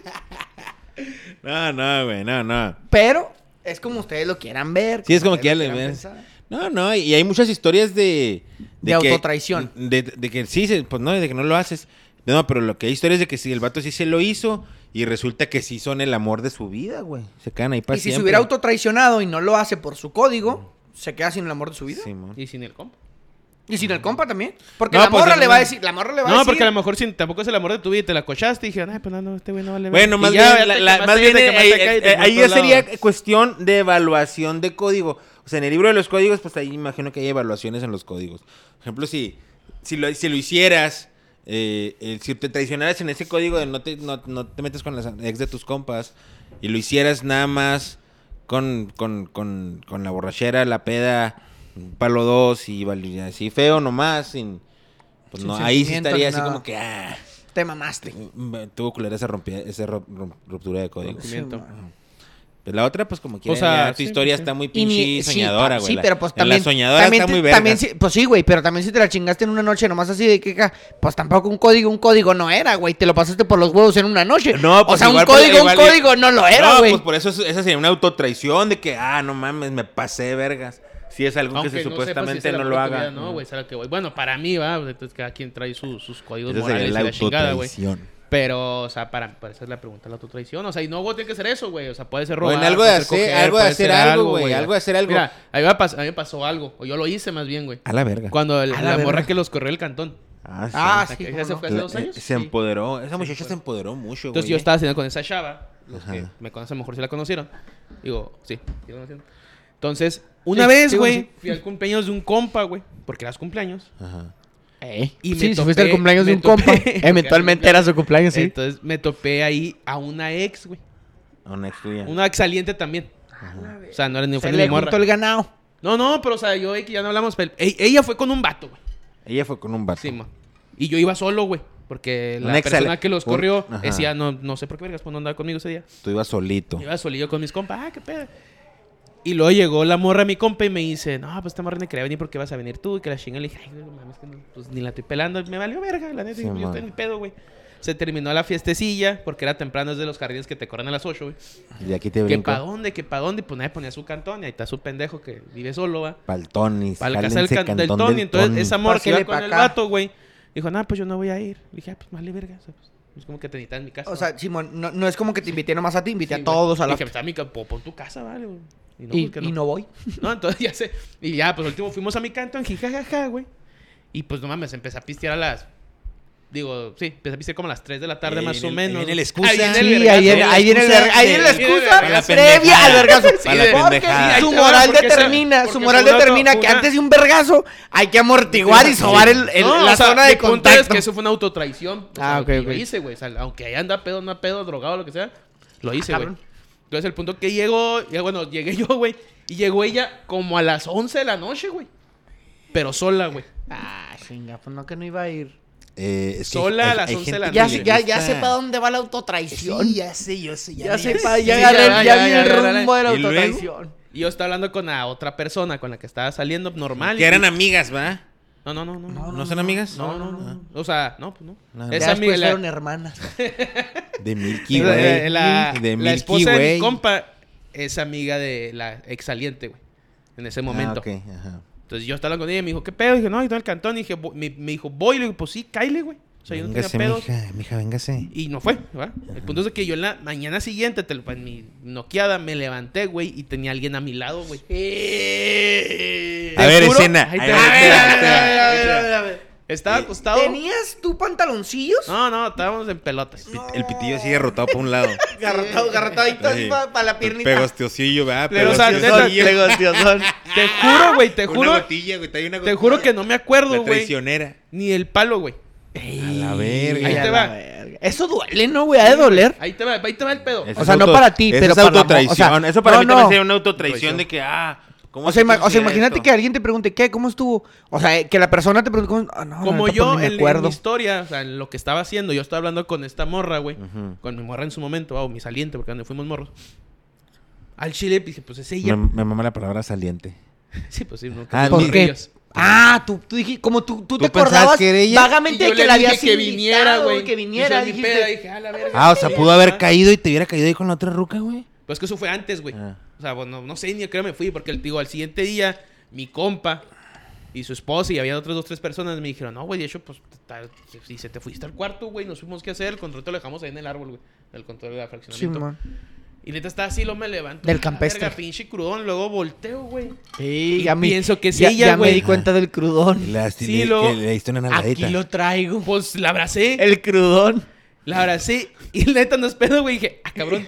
C: No, no, güey, no, no.
B: pero es como ustedes lo quieran ver.
C: Sí, es como que ya
B: ustedes lo
C: le
B: quieran
C: ves.
B: pensar.
C: No, no, y hay muchas historias de...
B: De autotraición.
C: De, de que sí, se- pues no, de que no lo haces. No, pero lo que hay historias de que sí, el vato sí se lo hizo y resulta que sí son el amor de su vida, güey. Se quedan ahí para
B: Y si se
C: siempre. Mm.
B: hubiera autotraicionado y no lo hace por su código, se queda sin el amor de su vida.
C: Simón.
A: Y sin el compa.
B: Y sin el compa también. Porque
C: No,
B: la
C: pues,
B: morra
C: no.
B: le va a decir, la morra le va a
A: No,
B: decir.
A: porque a lo mejor sin, tampoco es el amor de tu vida y te la cochaste y dijeron, ay, pues no, no, este güey no vale.
C: Bueno,
A: verga".
C: más
A: Y
C: bien,
A: ya,
C: la-
A: te
C: la-
A: quemaste
C: más bien,
A: ahí, te
C: eh,
A: quemaste
C: eh,
A: acá y te
C: eh,
A: fuiste
C: ahí
A: a
C: ya
A: otro lado.
C: sería cuestión de evaluación de código. O sea, en el libro de los códigos, pues ahí imagino que hay evaluaciones en los códigos. Por ejemplo, si, si, lo, si lo hicieras, eh, eh, si te traicionaras en ese código de no te, no, no te metes con las ex de tus compas y lo hicieras nada más con, con, con, con la borrachera, la peda, palo dos y val- y así feo nomás, sin... Pues
B: Sin
C: no, ahí sí
B: sentimiento
C: estaría
B: ni
C: así
B: nada.
C: como que... ah,
B: Te mamaste.
C: Mm, Tuvo culera esa, rompida- esa ru- ru- ruptura de código.
A: Sí, Miento.
B: ma.
C: Pues la otra, pues como quiera,
A: sea,
C: ya, tu
A: sí,
C: historia
A: sí.
C: está muy
B: Y
C: pinche
B: ni- sí,
C: soñadora,
B: pa-
C: güey.
B: Sí,
C: La-
B: pero pues
C: la
B: también.
C: soñadora
B: también
C: está
B: te-
C: muy verga.
B: también sí- pues sí, güey, pero también si te la chingaste en una noche nomás así de que, ca- pues tampoco un código, un código no era, güey. Te lo pasaste por los huevos en una noche.
C: No,
B: o
C: pues,
B: sea, un
C: igual,
B: código,
C: pues,
B: un
C: igual-
B: código no lo era,
C: no,
B: güey.
C: pues por eso es- esa sería una autotraición de que, ah, no mames, me pasé vergas. Si es algo
A: Aunque
C: que se
A: no sepas si
C: supuestamente
A: es el
C: no
A: amor
C: lo
A: de tu
C: haga.
A: vida, no, güey, es a lo que voy. Bueno, para mí, va, entonces cada quien trae sus, sus códigos
C: Esa sería
A: morales
C: la
A: y la chingada, güey.
C: autotraición.
A: Pero, o sea, para, para esa es la pregunta, la autotraición. O sea, y no güey, tiene que ser eso, güey. O sea, puede ser
C: O
A: robar.
C: en algo de
A: puede ser
C: hacer-
A: coger,
C: algo de
A: puede
C: hacer
A: ser
C: algo, güey, algo de hacer algo. Ah,
A: Mira, a mí, me pas- a mí me pasó algo. O yo lo hice más bien, güey.
C: A la verga.
A: Cuando el-
B: A la
A: la morra
B: verga.
A: que los corrió el cantón.
C: Ah, sí.
B: Ah,
A: O sea,
B: sí,
A: que
B: cómo
A: ya se
B: no.
A: fue hace
C: La-
A: dos
C: eh,
A: años.
C: se
A: sí.
C: empoderó. Esa muchacha se empoderó mucho, güey.
A: Entonces yo
C: eh.
A: estaba cenando con esa chava. Los que
C: Ajá.
A: me conocen, a lo mejor si la conocieron. Digo, sí, sí la conocieron. Entonces, una vez,
B: sí,
A: güey,
B: bueno, sí.
A: fui al cumpleaños de un compa, güey. Porque eras cumpleaños.
C: Ajá.
A: Y
B: Y
A: me
B: sí, si fuiste
A: topé-
B: al cumpleaños de
A: me
B: un compa,
A: topé-
B: eventualmente era su cumpleaños, sí.
A: Entonces me topé ahí a una ex, güey.
C: A Una ex tuya.
A: Una ex saliente también. O sea, no era ni
B: Se
A: ofendido
B: le
A: ni morra.
B: juntó el ganado.
A: No, no, pero o sea, yo ey, que ya no hablamos. Pero, ey, ella fue con un vato, güey.
C: Ella fue con un vato.
A: Sí, ma. Y yo iba solo, güey. Porque la
C: Una ex
A: persona
C: sale-
A: que los
C: un-
A: corrió
C: Ajá.
A: decía, no, no sé por qué vergas, pues no andaba conmigo ese día.
C: Tú ibas solito.
A: Iba solillo con mis compas, ah, qué pedo. Y luego llegó la morra a mi compa y me dice, no, pues esta morra no quería venir porque vas a venir tú. Y que la chinga le dije, ay, no mames, que no, pues ni la estoy pelando. Me valió verga, la neta,
C: Sí,
A: yo
C: man.
A: estoy en el pedo, güey. Se terminó la fiestecilla, porque era temprano, es de los jardines que te corren a las 8, güey.
C: Y de aquí te
A: Que
C: brinco.
A: pa' dónde, que pa' dónde, pues nadie ponía su cantón y ahí está su pendejo que vive solo, va.
C: Pal Tonis.
A: Para la casa del,
C: jálense
A: can- del
C: cantón
A: Tony.
C: del
A: Entonces,
C: Tony.
A: esa morra que iba
B: Pásele
A: con
B: pa'
A: el
B: acá.
A: vato, güey, dijo, no, pues yo no voy a ir. Le dije, ah, pues vale, verga. o sea, pues, es como que te necesitan en mi casa.
B: O
A: ¿va?
B: sea, Simón, no, no es como que te invité nomás a ti,
A: Sí,
B: invité a
A: güey.
B: todos a la...
A: Dije, pues, a mi ca- po- pon tu casa, vale, güey. Y no,
B: Y,
A: porque
B: y
A: no.
B: no voy.
A: No, entonces ya sé. Y ya, pues último fuimos a mi cantón, jijajaja, güey. Y pues no mames, empecé a pistear a las. Digo, sí, empecé a pistear como a las 3 de la tarde
C: Ahí
A: más
C: viene
A: o
C: el- ahí
A: menos.
C: viene el excusa.
B: Sí,
A: vergazo,
B: ahí viene- ahí viene el
A: excusa
B: verga- ahí viene la
A: del-
B: excusa
A: del vergazo.
C: previa
A: pendejada.
C: al vergazo.
A: Sí,
C: Para la
A: de-
C: pendejada.
B: Porque
C: pendejada.
B: su
A: Ahí te va,
B: moral
A: porque esa-
B: determina,
A: porque
B: su moral
A: fue una-
B: determina que
A: una-
B: antes de un vergazo hay que amortiguar y
C: Sí.
B: sobar el, el-
A: No,
B: la
A: o sea,
B: zona
A: mi
B: de
A: punto
B: contacto.
A: es que eso fue una autotraición. O sea,
B: Ah,
A: lo que
B: ok,
A: yo
B: ok.
A: hice, güey. O sea, aunque ahí anda pedo, anda pedo, drogado, lo que sea, lo hice, güey.
B: cabrón.
A: Entonces, el punto que llegó, ya, bueno, llegué yo, güey. Y llegó ella como a las 11 de la noche, güey. Pero sola, güey.
B: Ah, chinga, pues no que no iba a ir.
C: Eh, es que
A: Sola a
C: hay-
A: las
C: hay
A: 11 de
C: gente
A: la
C: que
B: Ya,
A: noche.
C: le
B: ya, ya sé
C: gusta-
B: para dónde va la autotraición.
C: Sí, ya sé, yo sé.
B: ya,
C: Ya,
B: sé
C: sé.
B: pa- ya
A: sí,
B: agarré,
A: ya,
B: ya,
A: ya,
B: vi
A: ya,
B: el
A: ya, ya, ya.
B: rumbo de la
C: ¿Y luego?
B: autotraición.
A: Y yo estaba hablando con la otra persona con la que estaba saliendo normal.
C: Que eran amigas, ¿va?
A: No, no, no, no.
B: No,
A: No,
C: ¿No son amigas?
A: no, no.
C: Ah,
A: no. O sea, no, pues no.
C: No, no.
B: Ya
A: Esa amiga,
B: después
A: la,
B: fueron hermanas.
C: De Milky
A: la-
C: Way.
A: la-
C: de
A: la
C: Milky
A: esposa de
C: Way.
A: mi compa es amiga de la exaliente, güey. En ese momento.
C: Ah, ok, ajá.
A: Entonces yo estaba con ella y me dijo, ¿qué pedo? dije, no, y todo el cantón. Y dije, "Vo- me, me dijo, voy. Le digo, pues sí, cáile, güey. O sea, yo no tenía
C: véngase,
A: pedos.
C: mija, mija, véngase.
A: Y no fue, ¿verdad? El punto es de que yo en la mañana siguiente, te lo- en mi noqueada, me levanté, güey, y tenía alguien a mi lado, güey.
C: A
A: Te
C: ver,
A: juro-
C: escena.
A: ahí
C: A
A: te
C: ver,
A: va, ahí te va, ahí te va,
C: escena.
A: ahí te va.
B: ver.
A: Estaba acostado.
B: ¿Tenías tú pantaloncillos?
A: No, no, estábamos en pelotas.
C: Pit- El pitillo así derrotado para un lado.
B: Garrotado, garrotadito
C: Sí.
B: para la piernita.
C: Pegostiosillo, ¿verdad?
A: Pero, o sea, neta,
C: Pegostiosillo.
A: Te juro, güey, te
C: Una
A: juro.
C: gotilla, güey. trae una
A: Te
C: gotilla.
A: juro que Ah. no me
C: La
A: acuerdo, güey.
C: traicionera.
A: Ni el palo, güey.
C: A la verga.
A: Ahí te
B: Ay, a
A: va.
B: la verga. Eso duele, ¿no, güey? Ha de doler.
A: Ahí te va, ahí te va el pedo.
C: Eso
B: O sea,
C: es
B: no
C: auto-
B: para ti,
C: eso
B: pero
C: es
B: para la mo-
C: autotraición.
B: o sea,
C: eso para
B: no,
C: mí también
B: no.
C: sería una autotraición de que, ah, ¿cómo
B: O sea,
C: se
B: ima- o sea,
C: considera
B: imagínate
C: esto?
B: que alguien te pregunte, ¿qué? ¿Cómo estuvo? O sea, eh, que la persona te pregunte, ¿cómo? Ah, no, la
A: Como
B: neta,
A: yo
B: pues, ni
A: en,
B: me
A: en
B: acuerdo.
A: mi historia, o sea, en lo que estaba haciendo, yo estaba hablando con esta morra, güey.
C: Ujú.
A: Con mi morra en su momento, o mi saliente, porque donde fuimos morros. Al chile dije, pues es ella.
C: Me, me mama la palabra saliente.
A: Sí, pues sí, no,
C: Ah,
A: somos
C: ¿por
B: qué?
A: morrillos.
B: Ah, tú, tú dijiste, como tú, tú,
C: ¿Tú
B: te
C: pensabas
B: acordabas
C: que era ella?
B: vagamente
A: Y yo
B: de que
A: le
B: la
A: dije
B: habías
A: que viniera, güey.
B: Que viniera,
A: Y yo en mi
B: dijiste.
A: peda dije, "Ah, la verga".
C: Ah, o sea, pudo haber caído y te hubiera caído ahí con la otra ruca, güey.
A: Pues que eso fue antes, güey.
C: Ah.
A: O sea, bueno, no sé ni a qué hora me fui, porque el digo, al siguiente día, mi compa y su esposa y había otras dos, tres personas me dijeron, no, güey, de hecho, pues, ta- si se te fuiste al cuarto, güey, nos fuimos qué hacer, el control te lo dejamos ahí en el árbol, güey. El control de la
B: Sí,
A: fraccionamiento.
B: man.
A: y neta estaba así, lo me levanto. a
B: Del
A: la
B: campestre.
A: verga, pinche crudón, luego volteo, güey.
B: Sí,
A: Y
B: ya me-
A: pienso que es
B: ya-
A: ella,
B: Ya me
A: güey.
B: di cuenta del
C: Y
B: crudón.
C: la-
A: Sí,
C: le-
A: luego-
C: que le diste una
B: Aquí
C: nalgadita.
B: lo traigo.
A: Pues la abracé.
B: El crudón.
A: La abracé y neta no es pedo, güey. Dije, ah, cabrón.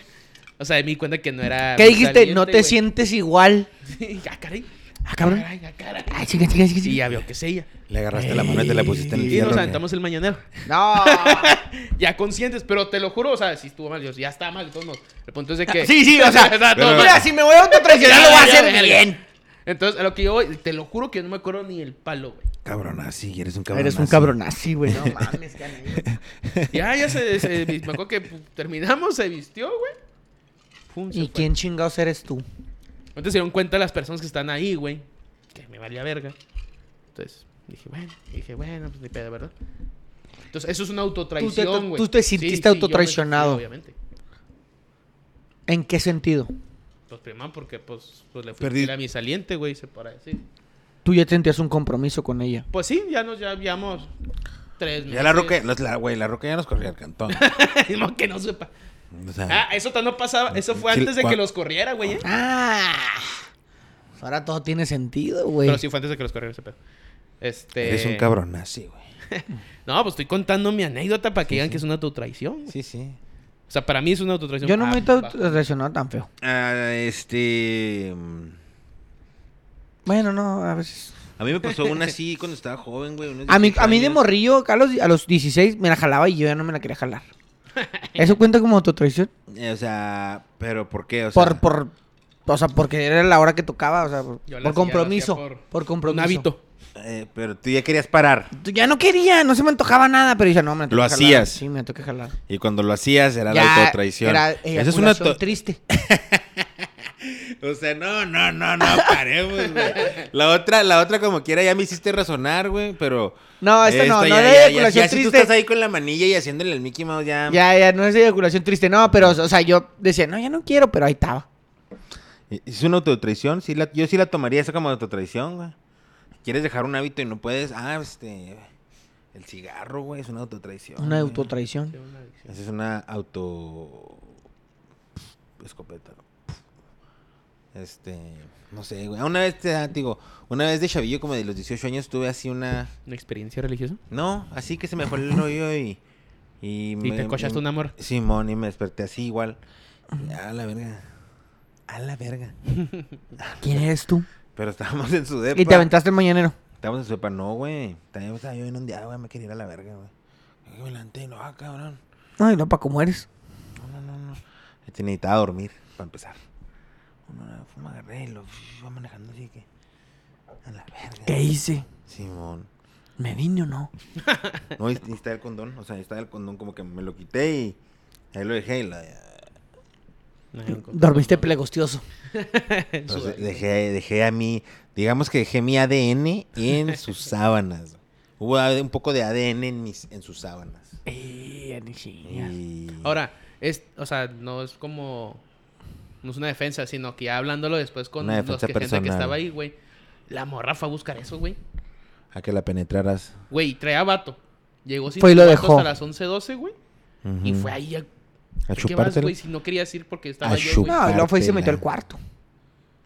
A: O sea, me di cuenta que no era.
B: ¿Qué
A: mi
B: dijiste? No
A: saliente,
B: te
A: güey.
B: sientes igual.
A: Sí, ah, caray.
B: Ah, cabrón.
A: Caray, ah, caray.
B: Ay, chica, chica, chica,
A: Sí,
B: chica.
A: ya veo que es ella.
C: Le agarraste la mano y te la pusiste en el
A: Y nos
C: fierro.
A: aventamos el mañanero.
B: No.
A: Ya conscientes, pero te lo juro, o sea, si estuvo mal, yo, ya está mal, de todos modos. El punto es de que.
B: Sí, sí, o sea.
A: Está
C: pero-
A: todo mal.
B: Mira, si me voy a autotraicionar, lo voy a hacer bien.
A: Entonces, a lo que yo voy, te lo juro que no me acuerdo ni el palo, güey.
C: Cabronazi, eres un cabronazo.
B: Eres un cabronazi, güey. No mames,
A: Ya, ya se, se- Me acuerdo que pues, terminamos, se vistió, güey. Pum, se
B: ¿Y
A: fue.
B: quién chingados eres tú?
A: Entonces se dieron cuenta las personas que están ahí, güey. Que me valía verga. Entonces dije, bueno, dije, bueno, pues ni pedo, ¿verdad? Entonces eso es una
B: Tú te-
A: autotraición, güey.
B: tú te
A: Sí,
B: sentiste
A: sí, yo me-
B: autotraicionado.
A: sí, obviamente.
B: ¿En qué sentido?
A: Pues primero porque pues, pues le fui
C: Perdí-
A: a mi saliente, güey, se para decir.
B: Tú ya sentías un compromiso con ella.
A: Pues sí, ya nos ya habíamos tres meses.
C: Ya la roca, los- la- güey, la roca ya nos corría al cantón.
A: Mismo que no sepa.
C: O sea,
A: Ah, eso ta- no pasaba, eso fue
C: Sí,
A: antes de
C: cua-
A: que los corriera, güey. ¿eh?
B: Ah. Ahora todo tiene sentido, güey.
A: Pero sí fue antes de que los corriera ese pedo. Este.
C: eres un cabronazi, güey.
A: No, pues estoy contando mi anécdota para que digan que es una autotraición. güey.
C: Sí, sí.
A: O sea, para mí es una autotraición.
B: Yo no me he
A: Ah, va.
B: autotraicionado tan feo.
C: Ah, este. mm,
B: Bueno, no, a veces.
C: A mí me pasó una así cuando estaba joven, güey. unos
B: A mí,
C: 18
B: a mí de
C: años.
B: morrillo, a los, a los 16 me la jalaba y yo ya no me la quería jalar. ¿Eso cuenta como autotraición?
C: Eh, O sea, pero ¿por qué? O sea,
B: Por, por, o sea, porque era la hora que tocaba, o sea, por,
A: Yo la
B: por
A: hacía-
B: compromiso.
A: la hacía por-
B: por compromiso.
A: Un hábito.
C: eh, pero tú ya querías parar.
B: Tú- Ya no quería, no se me antojaba nada, pero dije, no, me la tengo
C: Lo
B: que jalar.
C: hacías.
B: Sí, me toqué jalar.
C: Y cuando lo hacías era
B: Ya
C: la autotraición.
B: Era
C: Esa es una
B: eyaculación
C: to-
B: triste.
C: O sea, no, no, no, no, paremos, güey. La otra, la otra como quiera ya me hiciste razonar, güey, pero...
B: No, esta no, no
C: ya,
B: de
C: ya, ya,
B: eyaculación
C: ya si tú
B: triste.
C: estás ahí con la manilla y haciéndole el Mickey Mouse ya...
B: Ya, ya, no es eyaculación triste, no, pero, o sea, yo decía, no, ya no quiero, pero ahí estaba.
C: Es una autotraición, sí la- yo sí la tomaría esa como autotraición, güey. Quieres dejar un hábito y no puedes... Ah, este... El cigarro, güey, es una autotraición.
B: Una
C: güey.
B: autotraición.
C: Esa es una auto... Escopeta. Este... No sé, güey. Una vez, te da- te digo, una vez de chavillo, como de los 18 años, tuve así una...
A: ¿Una experiencia religiosa?
C: No, así que se me fue el rollo y... Y,
A: ¿Y te cochaste un amor?
C: Simón, y me desperté así igual. Y, A la verga. A la verga.
B: ¿Quién eres tú?
C: Pero estábamos en su depa.
B: Y te aventaste el mañanero.
C: Estábamos en su depa. No, güey. También estaba yo inundado, güey. Me quería ir a la verga, güey. Ay, Me levanté y no, ah, cabrón.
B: Ay, no, pa, ¿cómo eres?
C: No, no, no, no. Este, Necesitaba dormir para empezar. Una no, fuma agarré y lo iba manejando así que... A la verga.
B: ¿Qué hice?
C: Simón.
B: ¿Me vine o no?
C: No, y, y está el condón. O sea, está el condón como que me lo quité y... Ahí lo dejé y la...
B: Dormiste plegostioso.
C: Entonces, dejé, dejé a mí, digamos que dejé mi ADN en sus sábanas. Hubo a- un poco de ADN en, mis, en sus sábanas.
B: Eh,
C: Y-
A: Ahora, es, o sea, no es como. No es una defensa, sino que ya hablándolo después con
C: Una
A: los
C: defensa
A: que, gente que
C: personal.
A: estaba ahí, güey. La morra fue a buscar eso, güey.
C: a que la penetraras.
A: Güey, traía vato. Llegó sin
B: Fue y
A: sus
B: lo
A: vatos
B: dejó.
A: a las 11.12, güey. Y
C: Ujú.
A: fue ahí a...
C: a
A: ¿Qué más,
C: chupártela.
A: güey? Si no querías ir porque estaba
C: A
A: yo, güey.
B: No, y luego fue y se metió
C: Dártela.
B: al cuarto.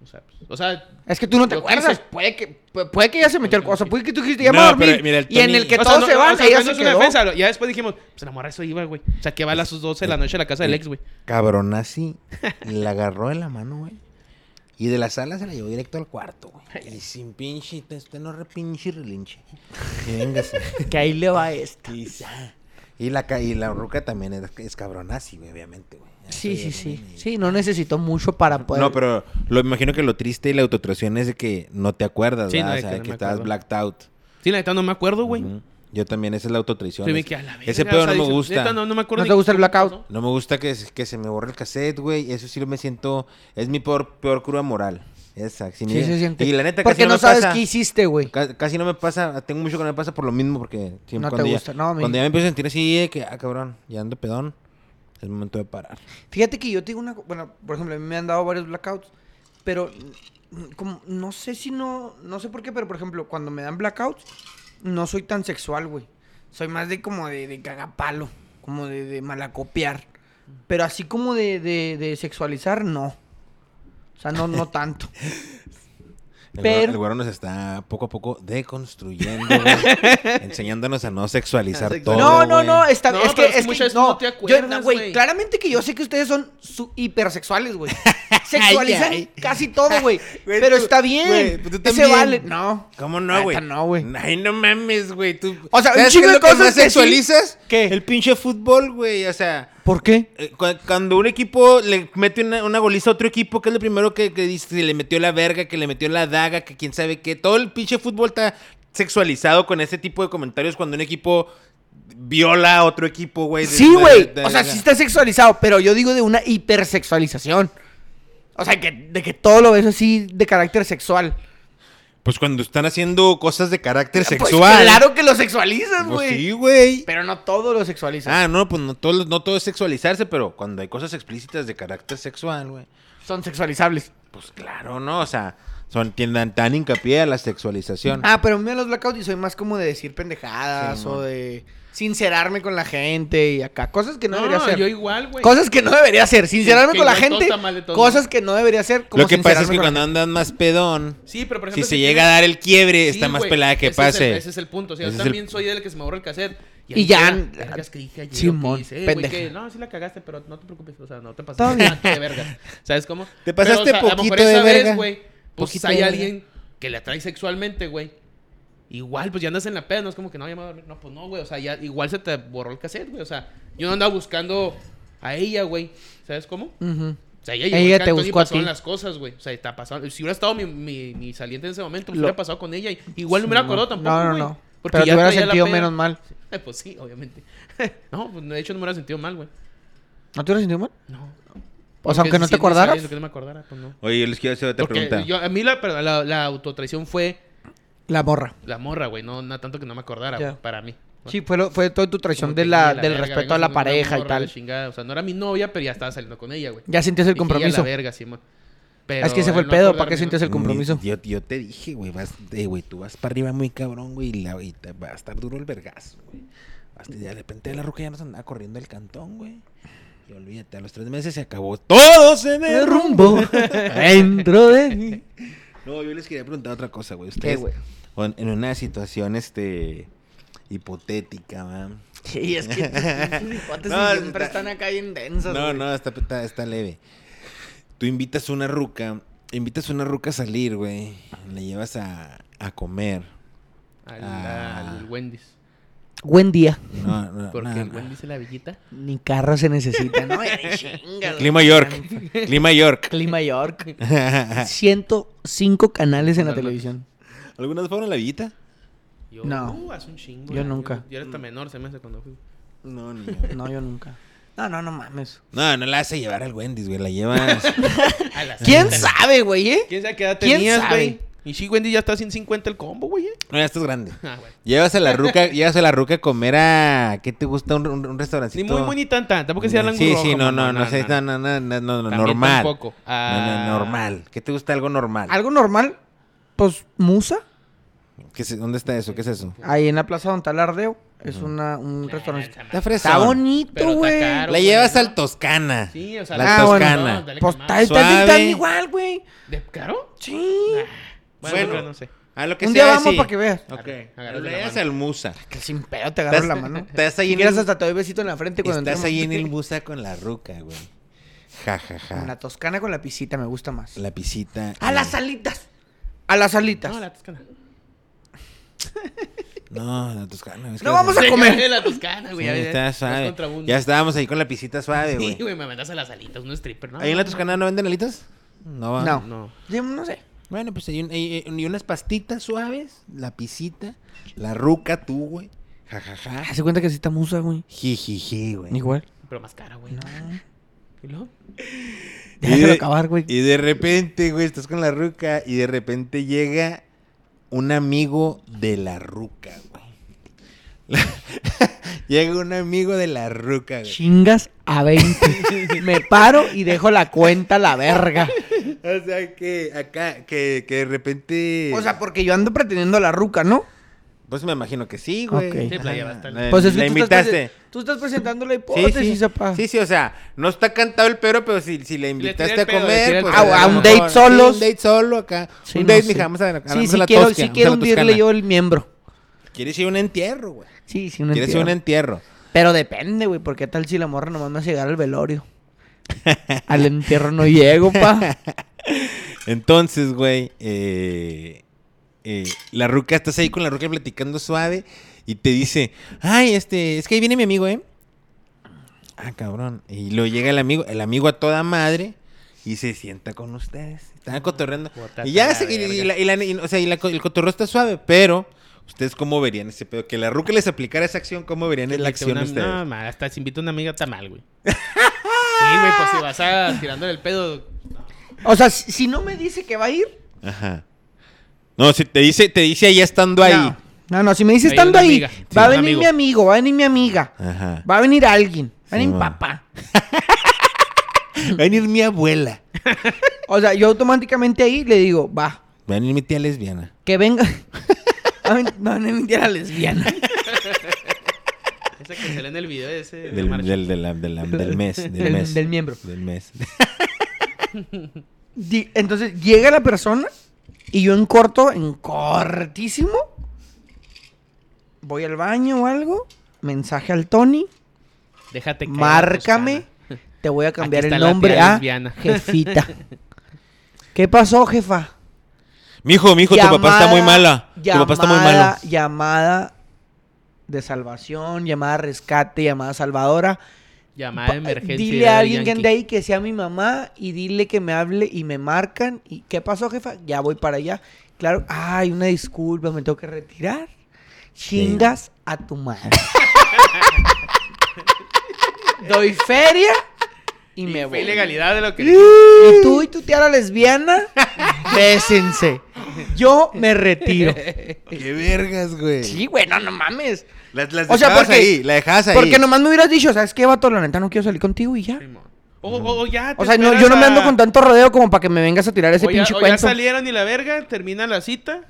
A: O sea, pues, o sea,
B: Es que tú no te
A: Yo
B: acuerdas.
A: quise.
B: Puede que, pu- puede que ya se metió al cuarto. O sea, puede que tú dijiste, ya me
D: No,
B: voy a dormir.
D: pero mira, el
B: y en
D: Tony-
B: el que
A: o sea,
B: todos
A: no-
B: se van,
A: o sea,
B: ella
A: no
B: se
A: es una
B: quedó.
A: defensa. Ya después dijimos, pues la morra eso iba, güey. O sea, que va a las 12 de la noche a la casa del ex, güey.
C: Cabrón así. la agarró de la mano, güey. Y de la sala se la llevó directo al cuarto, güey. Y sin pinche, te- usted no repinche y relinche. Y véngase.
B: Que ahí le va esta.
C: y, ya. Y la, ca- y la ruca también es, es cabrón así, güey, obviamente, güey.
B: Sí, sí,
C: Eso ya
B: sí.
C: viene-
B: Sí, no necesitó mucho para poder.
C: No, pero lo me imagino que lo triste y la autotración es de que no te acuerdas,
A: Sí,
C: ¿verdad?
A: no,
C: o
A: de
C: sea,
A: que
C: de
A: no
C: que,
A: me
C: estabas
A: acuerdo.
C: blacked out.
A: Sí, la neta no me acuerdo, güey.
C: Ujú. Yo también, esa es la autotraición.
A: Sí, me
C: es-
A: quedé a la verga,
C: Ese pedo
A: o sea,
C: no me
A: dices,
C: gusta.
A: neta, no, no me acuerdo.
B: ¿No
A: ni
B: te gusta el
A: cómo
B: blackout?
A: pasó.
C: No me gusta que, se- que se me borre el cassette, güey. Eso sí lo me siento. Es mi peor, peor cruda moral. Esa. si me-
B: Sí, se siente.
C: Y la neta,
B: Porque
C: casi no,
B: no
C: me
B: sabes
C: pasa,
B: qué hiciste, güey.
C: ca- Casi no me pasa. Tengo mucho que no me pasa por lo mismo. Porque siempre
B: No te
C: cuando, ya,
B: gusta, no, a mí-
C: cuando ya me empiezo a sentir así de que, ah, cabrón, ya ando pedón. Es el momento de parar.
B: Fíjate que yo te digo una. co- Bueno, por ejemplo, a mí me han dado varios blackouts. Pero. mm, Como, no sé si no. No sé por qué, pero por ejemplo, cuando me dan blackouts, no soy tan sexual, güey. Soy más de como de, de cagapalo. Como de, de malacopiar. Pero así como de, de, de sexualizar, no. O sea, no, no tanto.
C: El,
B: Pero-
C: güero- el güero nos está poco a poco deconstruyendo, güey, enseñándonos a no sexualizar todo.
B: No, no,
C: güey.
B: no, está,
A: No,
B: es que,
A: pero es que
B: es que,
A: muchas veces
B: no,
A: no te
B: yo-
A: acuerdas,
B: güey,
A: güey.
B: claramente que yo sé que ustedes son su- hipersexuales, güey. Sexualizan
C: Ay, ay.
B: casi todo, güey,
C: Güey,
B: pero
C: tú-
B: está bien,
C: güey, tú
B: se
C: también.
B: vale, no.
C: ¿Cómo
B: La
C: no, güey?
B: neta, no, güey.
C: Ay, no mames, güey. Tú...
B: O sea, un
C: ¿Sabes qué
B: chingo
C: es lo
B: de
C: que
B: cosas
C: más
B: que sí.
C: sexualizas?
B: ¿Qué?
C: El pinche fútbol, güey. O sea,
B: ¿Por qué?
C: eh, cu- cuando un equipo le mete una, una goliza a otro equipo, que es lo primero que, que dice? Que le metió la verga, que le metió la daga, que quién sabe qué. Todo el pinche fútbol está sexualizado con ese tipo de comentarios cuando un equipo viola a otro equipo, güey. de-
B: Sí,
C: de-
B: güey,
C: de-
B: o sea,
C: de-
B: sí está sexualizado, pero yo digo de una hipersexualización. O sea, que, de que todo lo ves así de carácter sexual.
C: Pues cuando están haciendo cosas de carácter
B: Pues
C: sexual.
B: claro que lo sexualizas,
C: Pues
B: güey.
C: sí, güey.
B: Pero no todo lo sexualizas.
C: Ah, no, pues no todo, no todo es sexualizarse, pero cuando hay cosas explícitas de carácter sexual, güey.
B: Son sexualizables.
C: Pues claro, ¿no? O sea, son, tiendan tan hincapié a la sexualización.
B: Ah, pero me los blackouts y soy más como de decir pendejadas
C: Sí,
B: o
C: mon.
B: de sincerarme con la gente y acá. Cosas que no,
A: No,
B: debería hacer.
A: yo igual, güey.
B: Cosas que no debería hacer. Sincerarme
A: Que
B: con la
A: igual todos
B: gente.
A: tamales, todos,
B: Cosas que no debería hacer. Como
C: Lo que pasa es que
B: sincerarme con
C: cuando
B: la
C: andan más pedón,
A: Sí, pero por
C: si
A: ejemplo...
C: se llega a dar el quiebre, está más
A: güey,
C: pelada que
A: ese Es
C: pase.
A: el, ese es el punto. O sea,
C: Ese
A: yo
C: es el-
A: también soy del que se me borra el cassette.
B: Y
A: ahí
B: ya- eh,
A: queda, "Vergas, que dije ayer,
B: Simón,
A: o que hice, eh, güey,
B: pendeja.
A: que no, sí la cagaste, pero no te preocupes. O sea, no te
B: Todo
A: pasaste
B: bien.
A: tanto de verga. ¿Sabes cómo?
C: Te pasaste
A: Pero, o sea, a lo
C: poquito
A: mejor esa
C: de
A: vez,
C: verga.
A: güey, pues
C: Poquito de
A: hay
C: verga.
A: alguien que le atrae sexualmente, güey. Igual, pues ya andas en la peda, no es como que no, ya me voy a dormir. No, pues no, güey. O sea, ya igual se te borró el cassette, güey. O sea, yo no andaba buscando a ella, güey. ¿Sabes cómo?
B: Ujú.
A: O sea, ella
B: Ella
A: llegó ella
B: te
A: te
B: buscó a
A: pasaron
B: ti.
A: las cosas, güey. O sea, está pasando. Si hubiera estado mi, mi, mi saliente en ese momento, pues
B: Lo-
A: hubiera pasado con ella. Igual no me hubiera acordado tampoco.
B: No, no,
A: güey.
B: no.
A: Porque
B: pero te
A: ya
B: hubiera
A: traía la
B: sentido
A: peda.
B: menos mal.
A: Eh, pues sí, obviamente. no, pues de hecho no me hubiera sentido mal, güey.
B: ¿No te hubiera sentido mal?
A: No.
B: O sea,
A: Porque
B: aunque no
A: sí,
B: te acordaras.
A: sabía, aunque no me acordara, pues no.
C: Oye, yo les quiero hacer otra
A: Porque
C: pregunta.
A: yo, a mí la, pero la, la autotraición fue
B: La morra.
A: la morra, güey. No, no tanto que no me acordara,
B: Ya.
A: güey, para mí.
B: Sí, fue, lo- fue toda tu traición
A: Como
B: de
A: que,
B: la,
A: güey,
B: del
A: verga,
B: respeto
A: vengo
B: a la
A: con una
B: pareja y
A: morra, la
B: tal.
A: chingada. O sea, no era mi novia, pero ya estaba saliendo con ella, güey.
B: Ya sentías el
A: Dije, ya
B: compromiso.
A: la verga, sí, man.
B: Ah, es que ese
A: Pero
B: fue el
A: no
B: pedo.
A: acordarme,
B: ¿Para qué
A: no-
B: sentías el compromiso?
C: Ni- Yo, yo te dije, güey, vas, eh, güey, tú vas para arriba muy cabrón, güey, y, la- y te va a estar duro el vergazo, güey. Hasta de repente la roca ya nos andaba corriendo el cantón, güey. Y olvídate, a los tres meses se acabó. ¡Todo se me
B: rumbo dentro de mí.
C: No, yo les quería preguntar otra cosa, güey.
B: ¿Qué,
C: Ustedes,
B: güey?
C: o en- en una situación, este, hipotética, man.
B: Sí, es que tus hipotes
C: No,
B: siempre
C: está-
B: están acá bien densos.
C: No,
B: güey.
C: no, está, está, está leve. Tú invitas una ruca, invitas una ruca a salir, güey. La llevas a, a comer.
A: Al,
C: Ah.
A: al Wendy's.
B: Buen día.
C: No, no,
A: Porque
C: no,
A: el
C: no.
A: Wendy's es la villita.
B: Ni carro se necesita, ¿no? Ya ni chingas,
C: Clima
B: güey.
C: York. Clima York.
B: Clima York. 105 canales en la
A: No, no.
B: televisión.
C: ¿Algunas fueron a la villita?
A: Yo,
B: No.
A: uh, hace un chingo.
B: Yo
A: ya,
B: nunca.
C: Mm.
A: Yo, yo era hasta menor, se me hace cuando fui.
C: No, ni
B: No, yo nunca. No, no, no mames.
C: No, no la hace llevar al Wendy's, güey. La llevas.
A: A las
B: ¿Quién
A: siete.
B: sabe, güey, eh?
A: ¿Quién sabe qué edad
B: ¿Quién
A: tenías,
B: sabe?
A: güey? Y sí, Wendy ya está a 150 el combo, güey. eh.
C: no, ya estás grande.
A: Ah, bueno.
C: Llevas a la ruca, llevas a la ruca a comer a. ¿Qué te gusta? Un, un- un
A: Ni
C: restaurancito.
A: muy, muy, ni tan, tan. Tampoco que sea la
C: Sí, sí, no, no, no, sé, no, no, no, no, no, no,
A: También
C: normal.
A: tampoco.
C: No,
A: Ah.
C: no, normal. ¿Qué te gusta algo normal?
B: Algo normal, pues, musa.
C: ¿Qué es- ¿Dónde está eso? ¿Qué es eso?
B: Ahí en la plaza donde está el Ardeo. Es una, un restaurante.
C: Está
B: Está
C: fresón.
A: Pero
B: bonito,
A: está
B: güey.
A: caro.
C: La llevas al Toscana.
A: Sí, o sea,
C: la
B: ah, bueno.
C: Toscana.
A: No, dale
B: Pues
A: jamás.
B: está, está-
C: Suave.
B: están igual, güey.
A: ¿De caro?
B: Sí.
A: Ah, Bueno,
C: Bueno.
A: pero no sé.
C: A lo que
B: Un
C: sea,
B: día vamos
C: sí.
B: para que veas.
A: Agarra-
C: Ok.
A: agarra
C: Lo
A: de la
C: llevas
A: mano.
C: al Musa.
B: Que sin pedo te agarro
C: Estás-
B: la mano.
C: Estás ahí
B: Si
C: en el,
B: quieres hasta te doy besito en la frente cuando
C: estás
B: entremos.
C: ahí en el Musa con la ruca, güey. Ja, ja, ja.
B: En la toscana con la pisita me gusta más.
C: La pisita.
B: A
C: eh,
B: las alitas. A las alitas.
A: No,
B: No,
A: la toscana.
C: No, la Toscana. es que-
B: vamos a
A: Sí,
B: comer.
A: La toscana,
C: Sí,
A: güey. ya-
C: está
A: ya- más
C: suave.
A: contrabunda.
C: Ya estábamos ahí con la pisita suave, güey.
A: Sí, güey, me mandas a las alitas, un stripper, ¿no?
C: ¿Ahí en la Toscana no venden alitas? No, va.
B: No.
A: No.
B: Yo no sé.
C: Bueno, pues hay, un- hay- hay- y unas pastitas suaves, la pisita, la ruca, tú, güey. Ja, ja, ja.
B: Hace Ah, cuenta que sí está musa, güey.
C: Jijiji, güey.
B: Igual.
A: Pero más cara, güey. ¿Y luego?
B: Déjalo
C: de-
B: acabar, güey.
C: Y de repente, güey, estás con la ruca y de repente llega un amigo de la ruca, güey. llega un amigo de la ruca, güey.
B: Chingas a 20. me paro y dejo la cuenta a la verga.
C: O sea, que acá, que, que de repente...
B: O sea, porque yo ando pretendiendo a la ruca, ¿no?
C: Pues me imagino que sí, güey.
B: Ok.
A: Sí, pues la llevaste al-
C: Ajá.
B: Pues es que
C: Eh, la
B: tú estás,
C: invitaste.
B: presen- tú estás presentando la
C: Sí,
B: hipótesis,
C: sí.
B: papá.
C: sí, sí, o sea, no está cantado el pero, pero si, si la invitaste
A: tira
C: a
A: el pedo, le tira
C: comer,
A: el
C: pues
A: pedo.
B: Ah, A- a un
C: lo
B: date
C: mejor- sí,
B: solos.
C: un date solo acá.
B: Sí,
C: un
B: no
C: date,
B: sé.
C: mija, vamos a la
B: Sí,
C: vamos a
B: sí
C: la
B: quiero,
C: tosca,
B: sí
C: vamos a
B: quiero
C: la
B: hundirle
C: toscana.
B: yo el miembro.
C: Quieres ir a un entierro, güey.
B: Sí, sí, un
C: Quieres ir a un
B: entierro.
C: entierro.
B: Pero depende, güey, porque tal si la morra nomás me hace llegar al velorio. al entierro no llego, pa.
C: Entonces, güey, eh, eh, la ruca, estás ahí con la ruca platicando suave y te dice, ay, este, es que ahí viene mi amigo, ¿eh? Ah, cabrón. Y luego llega el amigo, el amigo a toda madre y se sienta con ustedes. Están cotorreando.
A: bótate
C: Y ya,
A: la
C: se- y, y
A: verga.
C: la- y la- y- o sea, y la co- el cotorreo está suave, pero... ¿Ustedes cómo verían ese pedo? Que la ruca les aplicara esa acción, ¿cómo verían la acción
A: Una-
C: ustedes?
A: No, ma, hasta si invito a una amiga está mal, güey. Sí, güey, pues si vas a tirándole el pedo.
B: O sea, si si no me dice que va a ir.
C: Ajá. No, si te dice, te dice ahí estando ahí.
B: No. No, no, si me dice
A: Ahí
B: estando
A: una
B: ahí,
A: amiga. Sí,
B: va a
A: un
B: venir
A: amigo.
B: mi amigo, va a venir mi amiga,
C: Ajá.
B: va a venir alguien, va a
C: Sí,
B: venir mi
C: ma.
B: papá.
C: Va a venir mi abuela.
B: O sea, yo automáticamente ahí le digo, va,
C: Va a venir mi tía lesbiana.
B: que venga. Va a ven- va a venir mi tía la lesbiana.
A: Ese que sale en el video ese. de
C: Del,
A: marcha.
C: del, de la- de la- del mes. Del
B: Del-
C: mes.
B: del miembro.
C: Del mes.
B: Di- Entonces llega la persona y yo en corto, en cortísimo, voy al baño o algo, mensaje al Tony,
A: Déjate caer,
B: márcame,
A: Toscana.
B: te voy a cambiar
A: está
B: el
A: la tía
B: nombre a
A: lesbiana.
B: jefita. ¿Qué pasó, jefa?
C: Mijo, mijo, tu papá está muy mala.
B: Llamada,
C: tu papá está muy malo.
B: Llamada de salvación, llamada rescate, llamada salvadora.
A: Llamada de
B: Pa-
A: emergencia.
B: Dile
A: de
B: a alguien que
A: Yankee.
B: ande ahí que sea mi mamá y dile que me hable y me marcan. ¿Y qué pasó, jefa? Ya voy para allá. Claro, ay, una disculpa, me tengo que retirar. Chingas a tu madre. Doy feria y,
A: Y
B: me
A: fue
B: voy.
A: ilegalidad de lo que.
B: Y tú y tu tía la lesbiana, bésense. Yo me retiro.
C: Qué vergas, güey.
B: Sí, güey, no, no mames.
C: Las, las
B: O sea,
C: dejabas
B: porque-
C: ahí. La dejabas Pues ahí.
B: Porque nomás me hubieras dicho, ¿sabes qué, vato? La neta no quiero salir contigo y ya.
A: Simón. O, o- o ya. te
B: O sea, no,
A: esperas
B: yo no me
A: a-
B: ando con tanto rodeo como para que me vengas a tirar ese
A: o ya-
B: pinche
A: o ya
B: cuento.
A: salieron y la verga, termina la cita.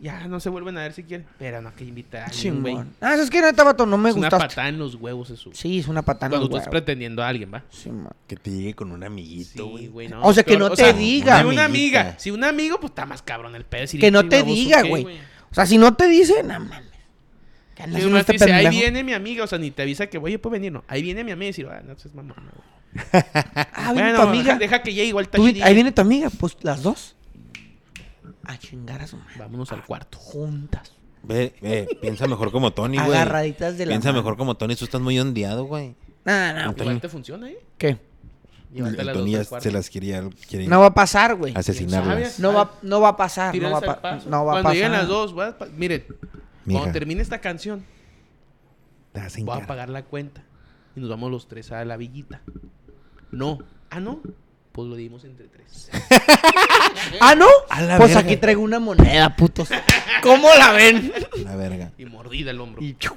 A: Ya no se vuelven a ver si quieren. Pero no, que invitar. a alguien, güey.
B: Chingón. Ah, es que neta, vato, no me
A: Es una
B: gustaste.
A: patada en los huevos eso.
B: Sí, es una patada.
A: Cuando
B: en
A: tú
B: los
A: estás
B: huevos.
A: pretendiendo a alguien, ¿va?
B: Sí, man.
C: Que te llegue con un
A: Sí,
C: amiguito, güey.
A: güey, no.
B: O sea, que
A: Peor,
B: no te diga.
A: Si una amiga,
C: Amiguita.
A: si un amigo, pues está más cabrón el pedo. si
B: Que no
A: pinche
B: te
A: baboso,
B: diga,
A: ¿qué,
B: güey. O sea, si no te dice, no mames. ¿Qué
A: Sí,
B: andas haciendo
A: nomás
B: este
A: te dice, ahí
B: pendejo?
A: viene mi amiga, o sea, ni te avisa que, oye, puedo venir, no. Ahí viene mi amiga y decir, ah, no seas mamón. güey.
B: Ah, viene tu
A: Bueno,
B: amiga.
A: Deja, deja que llegue igual está
B: Tú-
A: chidillo.
B: ahí viene tu amiga. Pues las dos. A chingar a su madre.
A: Vámonos al
C: Ah,
A: cuarto.
B: Juntas.
C: Ve, ve, piensa mejor como Tony, güey.
B: Agarraditas de la
C: Piensa
B: mano.
C: mejor como Tony. Tú estás muy ondeado, güey.
B: Nah, nah, güey.
A: Igual te funciona, ¿eh?
B: ¿Qué?
A: Llevarte a
C: El
A: las
C: Tony
A: dos
C: ya
A: al cuarto.
C: se las quiere, ya quiere
B: No va a pasar, güey.
C: asesinarlas.
A: ¿Sabes?
B: No va, no va a pasar. No
A: Tírense
B: va,
A: al
B: a pa-
A: paso.
B: no va a
A: Cuando
B: pasar.
A: lleguen las dos, va a pa- miren,
C: Mija.
A: cuando termine esta canción,
C: Te vas a
A: voy a
C: hincar.
A: pagar la cuenta. y nos vamos los tres a la villita. No. Ah, no. Pues lo dimos entre tres.
B: ¿Ah, no?
C: A la
B: pues
C: verga.
B: aquí traigo una moneda, putos. ¿Cómo la ven?
C: La verga.
A: Y mordida el hombro.
B: Y chu.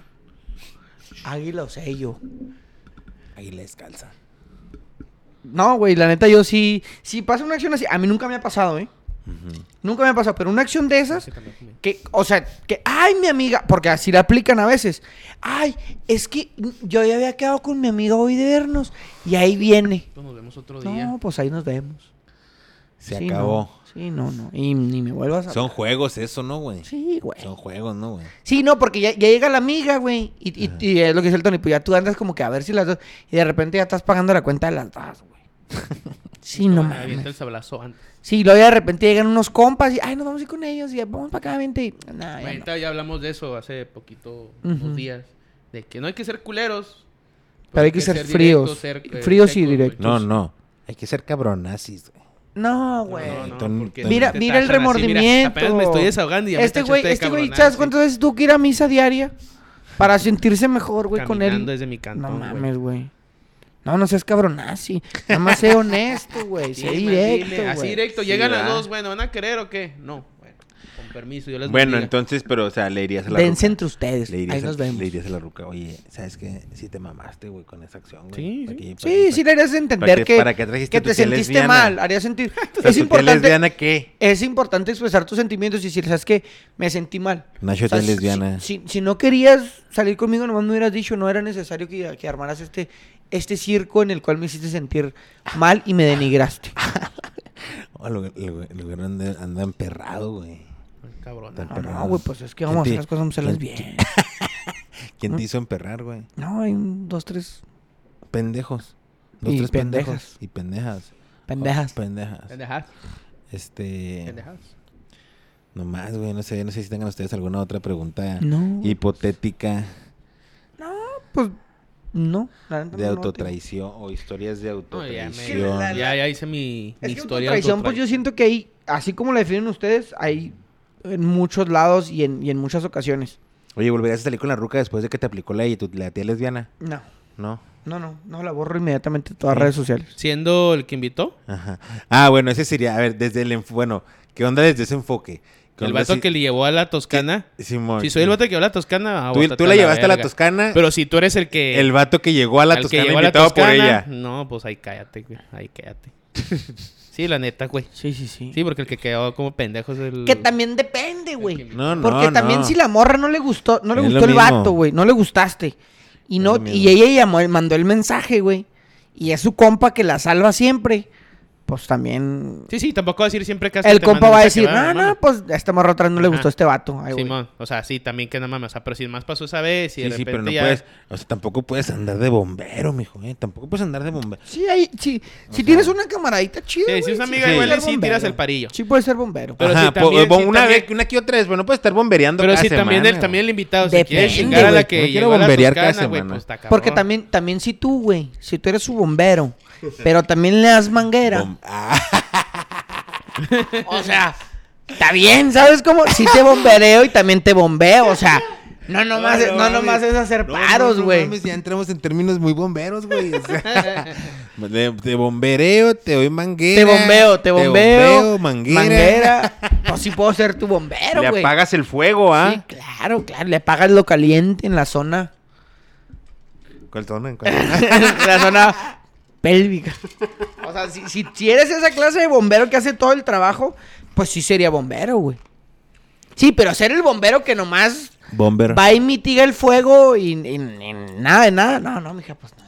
B: Águila o sello.
C: Ahí le descalza.
B: No, güey, la neta, yo sí. Si pasa una acción así, a mí nunca me ha pasado, ¿eh? Nunca me ha pasado, pero una acción de esas.
A: Ese también comí.
B: Que, o sea, que, ay, mi amiga, porque así la aplican a veces. Ay, es que yo ya había quedado con mi amiga hoy de vernos y ahí viene.
A: Pues nos vemos otro día.
B: No, pues ahí nos vemos.
C: Se
B: Sí,
C: acabó.
B: no. Sí, no, no. Y ni me vuelvas a.
C: Son juegos eso, ¿no, güey?
B: Sí, güey.
C: Son juegos, ¿no, güey?
B: Sí, no, porque ya, ya llega la amiga, güey. Y, y- y es lo que dice el Tony, pues ya tú andas como que a ver si las dos. Y de repente ya estás pagando la cuenta de las dos, güey. Sí, no
A: Ah, avienta
B: mames.
A: el sablazo antes.
B: Sí, luego ya de repente llegan unos compas y, ay, nos vamos a ir con ellos y ya, vamos para acá, vente. Y, nah, ya no.
A: Ahorita ya hablamos de eso hace poquito,
B: Ujú.
A: unos días. De que no hay que ser culeros. pues
B: Pero hay que ser fríos.
A: eh,
B: Fríos y
A: secos, güey.
B: directos.
C: No, no. pues, Hay que ser cabronazis, güey.
B: No,
A: No,
B: güey.
A: no,
C: Ton-
A: porque
B: Mira,
A: te
B: mira el
A: tachan así, mira,
B: remordimiento.
A: apenas me estoy desahogando y ya me
B: Este güey,
A: tachaste de
B: este güey,
A: cabronada,
B: ¿sabes
A: sí.
B: cuántas veces tuvo que ir a misa diaria? Para sentirse mejor, güey, con él.
A: Caminando desde mi cantón,
B: no
A: güey.
B: mames, güey. No, no seas cabronazi. Nada más sé honesto, güey.
A: Sí,
B: sé
A: man,
B: directo,
A: dile, Así
B: güey.
A: directo.
C: Sí,
A: Llegan las
C: ¿verdad?
A: dos, bueno, ¿van a querer o qué? No, bueno, con permiso, yo les
C: Bueno,
A: bendiga.
C: entonces, pero, o sea, le dirías a la
B: Dense
C: ruca.
B: entre ustedes.
C: Le
B: Ahí
C: dirías,
B: nos
C: a, le
B: vemos.
C: dirías a la ruca, oye, ¿sabes qué? Si te mamaste, güey, con esa acción,
A: Sí,
C: güey.
A: sí.
C: Aquí, pues,
B: Sí,
C: aquí,
B: sí le harías entender
C: para que-
B: que,
C: para que trajiste tu
B: te
C: tía
B: sentiste
C: lesbiana.
B: mal. Harías sentir...
C: O sea,
B: es
C: ¿tu tía
B: importante...
C: lesbiana qué?
B: Es importante expresar tus sentimientos y decir, ¿sabes qué? Me sentí mal.
C: Nacho, tía
B: si-
C: lesbiana.
B: Si, si no querías salir conmigo, nomás me hubieras dicho, no era necesario que, que armaras este, este circo en el cual me hiciste sentir mal y me denigraste.
C: Ah, Oh, el lugar- el lugar- el lugar anda, anda emperrado, güey.
A: Cabrón.
C: Tan-
B: No,
C: Pero
B: no,
C: no.
B: güey, pues es que vamos a hacer
C: Gente-
B: las cosas, vamos a hacerlas
C: gente-
B: bien.
C: ¿Quién te hizo emperrar, güey?
B: No, hay un, dos, tres
C: Pendejos. Dos,
B: Y
C: tres
B: pendejas.
C: pendejos. Y pendejas.
B: pendejas.
C: Oh, pendejas.
A: Pendejas,
C: Este.
A: pendejas.
C: Nomás, güey, no sé, no sé si tengan ustedes alguna otra pregunta
B: No.
C: hipotética
B: Pues, no. la neta
C: de
B: no, no
C: autotraición o historias de
A: No, ya, me-
C: autotraición.
B: la-
A: ya, ya hice mi, mi
B: Es que
A: historia.
B: autotraición, pues yo siento que ahí, así como la definen ustedes, hay en muchos lados y en, y en muchas ocasiones.
C: Oye, ¿volverías a salir con la ruca después de que te aplicó la, y tu- la tía lesbiana?
B: No,
C: No.
B: no, no, no la borro inmediatamente de todas las redes sociales.
A: Siendo el que invitó,
C: Ajá. Ah, bueno, ese sería, a ver, desde el enf- bueno, ¿qué onda desde ese enfoque? ¿Qué
A: el
C: onda
A: vato
C: si-
A: que le llevó a la Toscana.
C: Simón.
A: Si soy el vato que llevó a la Toscana, ah,
C: Tú,
A: bótate
C: tú la llevaste a la
A: verga.
C: Toscana,
A: Pero si tú eres el que.
C: el vato que llegó a la
A: al
C: Toscana
A: llegó a la
C: invitado por
A: Toscana,
C: ella.
A: No, pues ahí cállate, güey. Ahí cállate. sí, la neta, güey.
B: Sí, sí, sí.
A: Sí, porque el que quedó como pendejo es el.
B: Que también depende, güey.
C: No, no,
B: Porque también
C: no.
B: si la morra no le gustó, no le
C: Es lo
B: gustó el
C: mismo.
B: vato, güey, no le gustaste. Y
C: Es
B: no,
C: lo
B: y
C: mismo.
B: ella llamó, mandó el mensaje, güey. Y es su compa que la salva siempre. Pues también.
A: Sí, sí, tampoco va a decir siempre que
B: El compa va a decir, no,
A: no,
B: no, pues a esta morra otra vez no le
A: Ajá.
B: gustó este vato. Ay, güey.
A: Simón, o sea, sí, también que no mames. O sea, pero si más pasó esa vez y
C: Sí,
A: de
C: sí,
A: repente
C: pero no
A: ya.
C: puedes, o sea, tampoco puedes andar de bombero, mijo, eh, tampoco puedes andar de bombero.
B: Sí, ahí, sí. Si tienes una camaradita chida,
A: Sí,
B: güey.
A: si es una
B: sí
A: amiga
B: puede
C: igual
B: ser
A: y sí
B: bombero.
A: tiras el parillo.
B: Sí puede ser bombero.
A: Pero
C: Ajá,
A: si también-
C: po-
A: si
C: una
A: también-
C: vez, una que otra vez, bueno, puedes estar bombereando
A: Pero
C: cada
A: si también
C: semana,
A: el, también el
C: güey.
A: invitado se quiere
B: Depende,
A: chingar a
C: güey.
A: la que
C: No quiero
A: llegó a la
C: bomberear cada
A: Toscana, güey,
C: semana.
A: pues, está cabrón.
B: Porque también, también si tú, güey, si tú eres su bombero, pero también le das manguera.
C: Bom- Ah,
B: O sea, está bien, ¿sabes cómo? Si te bombereo y también te bombeo, o sea, no nomás, no, nomás
C: mames.
B: es hacer
C: No, no,
B: paros,
C: no
B: güey.
C: mames, ya entramos en términos muy bomberos, güey. o sea, de, de bombereo, te doy
B: te
C: manguera.
B: bombeo, te bombeo.
C: manguera.
B: manguera. Pues sí puedo ser tu bombero,
C: Le
B: güey.
C: apagas el fuego, ¿ah?
B: Sí, claro, claro. Le apagas lo caliente en la zona.
C: ¿Cuál zona? ¿Cuál zona?
B: en la zona pélvica. O sea, si, si, si eres esa clase de bombero que hace todo el trabajo, pues sí sería bombero, güey. Sí, pero ser el bombero que nomás
C: Bombero.
B: Va y mitiga el fuego y, y- y nada de nada. No, no, mija, pues no.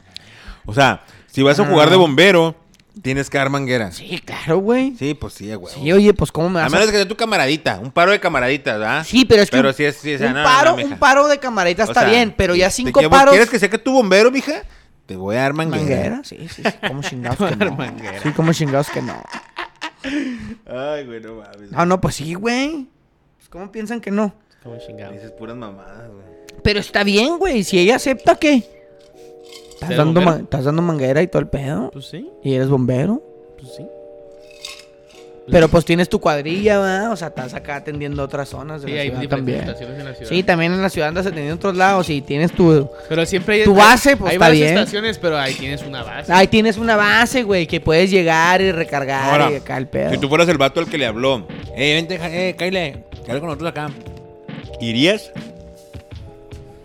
C: O sea, si vas a jugar de bombero, tienes que dar manguera. Sí,
B: Ah. Sí, claro, güey. Sí,
C: pues sí, güey.
B: oye, pues cómo me
C: a
B: vas a...
C: menos que sea tu camaradita, un paro de camaraditas, ¿ah?
B: Sí, pero es que
C: Pero
B: un,
C: sí es- sí, o sea,
B: un
C: no, no, no,
B: paro,
C: mija.
B: un paro de camarita
C: O
B: está
C: sea,
B: bien, pero ya
C: te
B: cinco
C: llevo-
B: paros...
C: ¿Quieres que sea que tu bombero, mija? Te voy a dar manguera.
B: Manguera, sí, sí, sí, como chingados que no.
A: Manguera.
B: Sí, como chingados que no.
C: Ay, güey, no mames.
B: No, no, pues sí, güey. Pues, ¿Cómo piensan que no?
A: Como chingado.
C: Dices puras mamadas, güey.
B: Pero está bien, güey, si ella acepta, ¿qué? ¿Estás
A: ¿Ser
B: dando,
A: bombero?
B: ma- estás dando manguera y todo el pedo?
A: Pues sí,
B: ¿Y eres bombero?
A: pues sí.
B: Pero pues tienes tu cuadrilla, ¿verdad? O sea, estás acá atendiendo otras zonas de
A: Sí,
B: la
A: hay
B: ciudad
A: diferentes
B: también.
A: estaciones en la ciudad.
B: Sí, también en la ciudad andas atendiendo otros lados y tienes tu...
A: Pero siempre hay...
B: Tu base, pues,
A: Hay
B: está
A: varias
B: bien.
A: estaciones, pero ahí tienes una base.
B: Ahí tienes una base, güey, que puedes llegar y recargar
C: Ahora,
B: y acá el pedo.
C: Si tú fueras el vato al que le habló, eh, vente, ja- eh, Kyle, Kyle con nosotros acá. ¿Irías?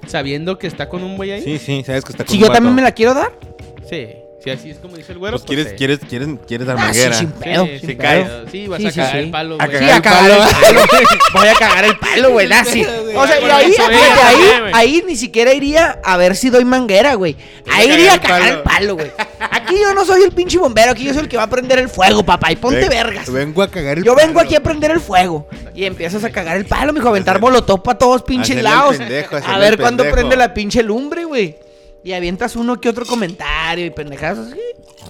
A: Sabiendo que está con un güey ahí.
C: Sí, sí, sabes que está con
B: Si
C: un
B: yo
C: vato.
B: también me la quiero dar,
A: Sí. Si así es como dice el güero,
C: Pues quieres,
A: sí.
C: quieres, quieres, quieres dar
B: Ah, sí,
C: manguera.
B: sin
A: Sí,
B: pedo,
A: sí,
B: sin
A: caes.
B: pedo.
A: Sí, vas
B: Sí,
A: a
B: sí,
A: cagar
B: sí.
A: el palo,
C: A
A: güey.
C: cagar
B: sí, a
C: el
B: cagar
C: palo.
B: el palo. Voy a cagar el palo, güey, nazi. O sea, y ahí,
A: Eso es,
B: fíjate, ahí,
A: güey.
B: ahí ni siquiera iría a ver si doy manguera, güey. Ahí
A: cagar
B: iría
A: el
B: a cagar
A: palo.
B: el palo, güey. Aquí yo no soy el pinche bombero, aquí yo soy el que va a prender el fuego, papá. Y ponte
C: Ven-
B: vergas.
C: Vengo a cagar el
B: Yo vengo
C: palo.
B: aquí a prender el fuego. Y empiezas a cagar el palo, mijo, a aventar molotov para todos pinches
C: Hacerle el
B: lados.
C: pendejo, hacerle
B: a
C: el
B: ver cuándo
C: pendejo.
B: prende la pinche lumbre, güey. Y avientas uno que otro comentario y pendejadas así.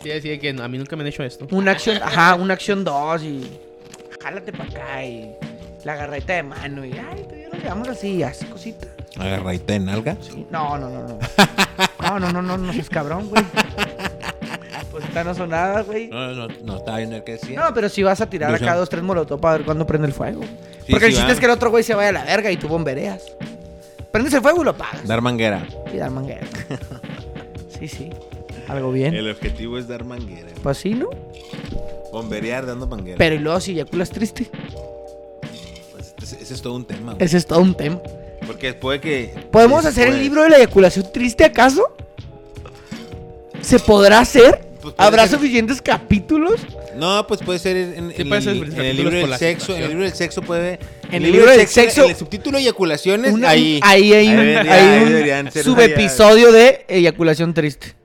A: Sí, así de que no, a mí nunca me han hecho esto.
B: Una acción, ajá, una acción dos y. Jálate para acá y. La garreta de mano y. Ay, pero ya nos llevamos así, así cosita.
C: Agarradita de nalga.
B: Sí, No, no, no, no. No, no, no, no, no seas cabrón, güey. Pues está no sonadas, güey.
C: No, no, no, estaba viendo el que decía.
B: No, pero si vas a tirar
C: Ilusión.
B: acá dos, tres molotov para ver cuándo prende el fuego.
C: Sí,
B: Porque el
C: sí
B: chiste
C: va.
B: es que el otro güey se vaya a la verga y tú bombereas. Prendes el fuego y lo pagas.
C: Dar manguera.
B: Y dar manguera. Sí, sí. Algo bien.
C: El objetivo es dar manguera.
B: Pues sí, ¿no?
C: Bomberear dando manguera.
B: Pero y luego si eyaculas triste.
C: Pues, ese, ese es todo un tema. güey.
B: Ese es todo un tema.
C: Porque después que.
B: ¿Podemos
C: después-
B: hacer el libro de la eyaculación triste acaso? ¿Se podrá hacer?
C: Pues puede
B: ¿Habrá
C: ser.
B: suficientes capítulos?
C: No, pues puede ser en, en-
A: Sí,
C: en
A: puede
C: el,
A: ser
C: li- en el
A: capítulos
C: libro
A: por
C: del
A: la
C: sexo. En
A: situación.
C: el libro del sexo puede.
B: En el libro del sexo-
C: En el subtítulo eyaculaciones.
B: Una-
C: ahí.
B: ahí hay un,
C: debería-
B: hay
C: ahí
B: un
C: deberían ser varias-
B: subepisodio de eyaculación triste.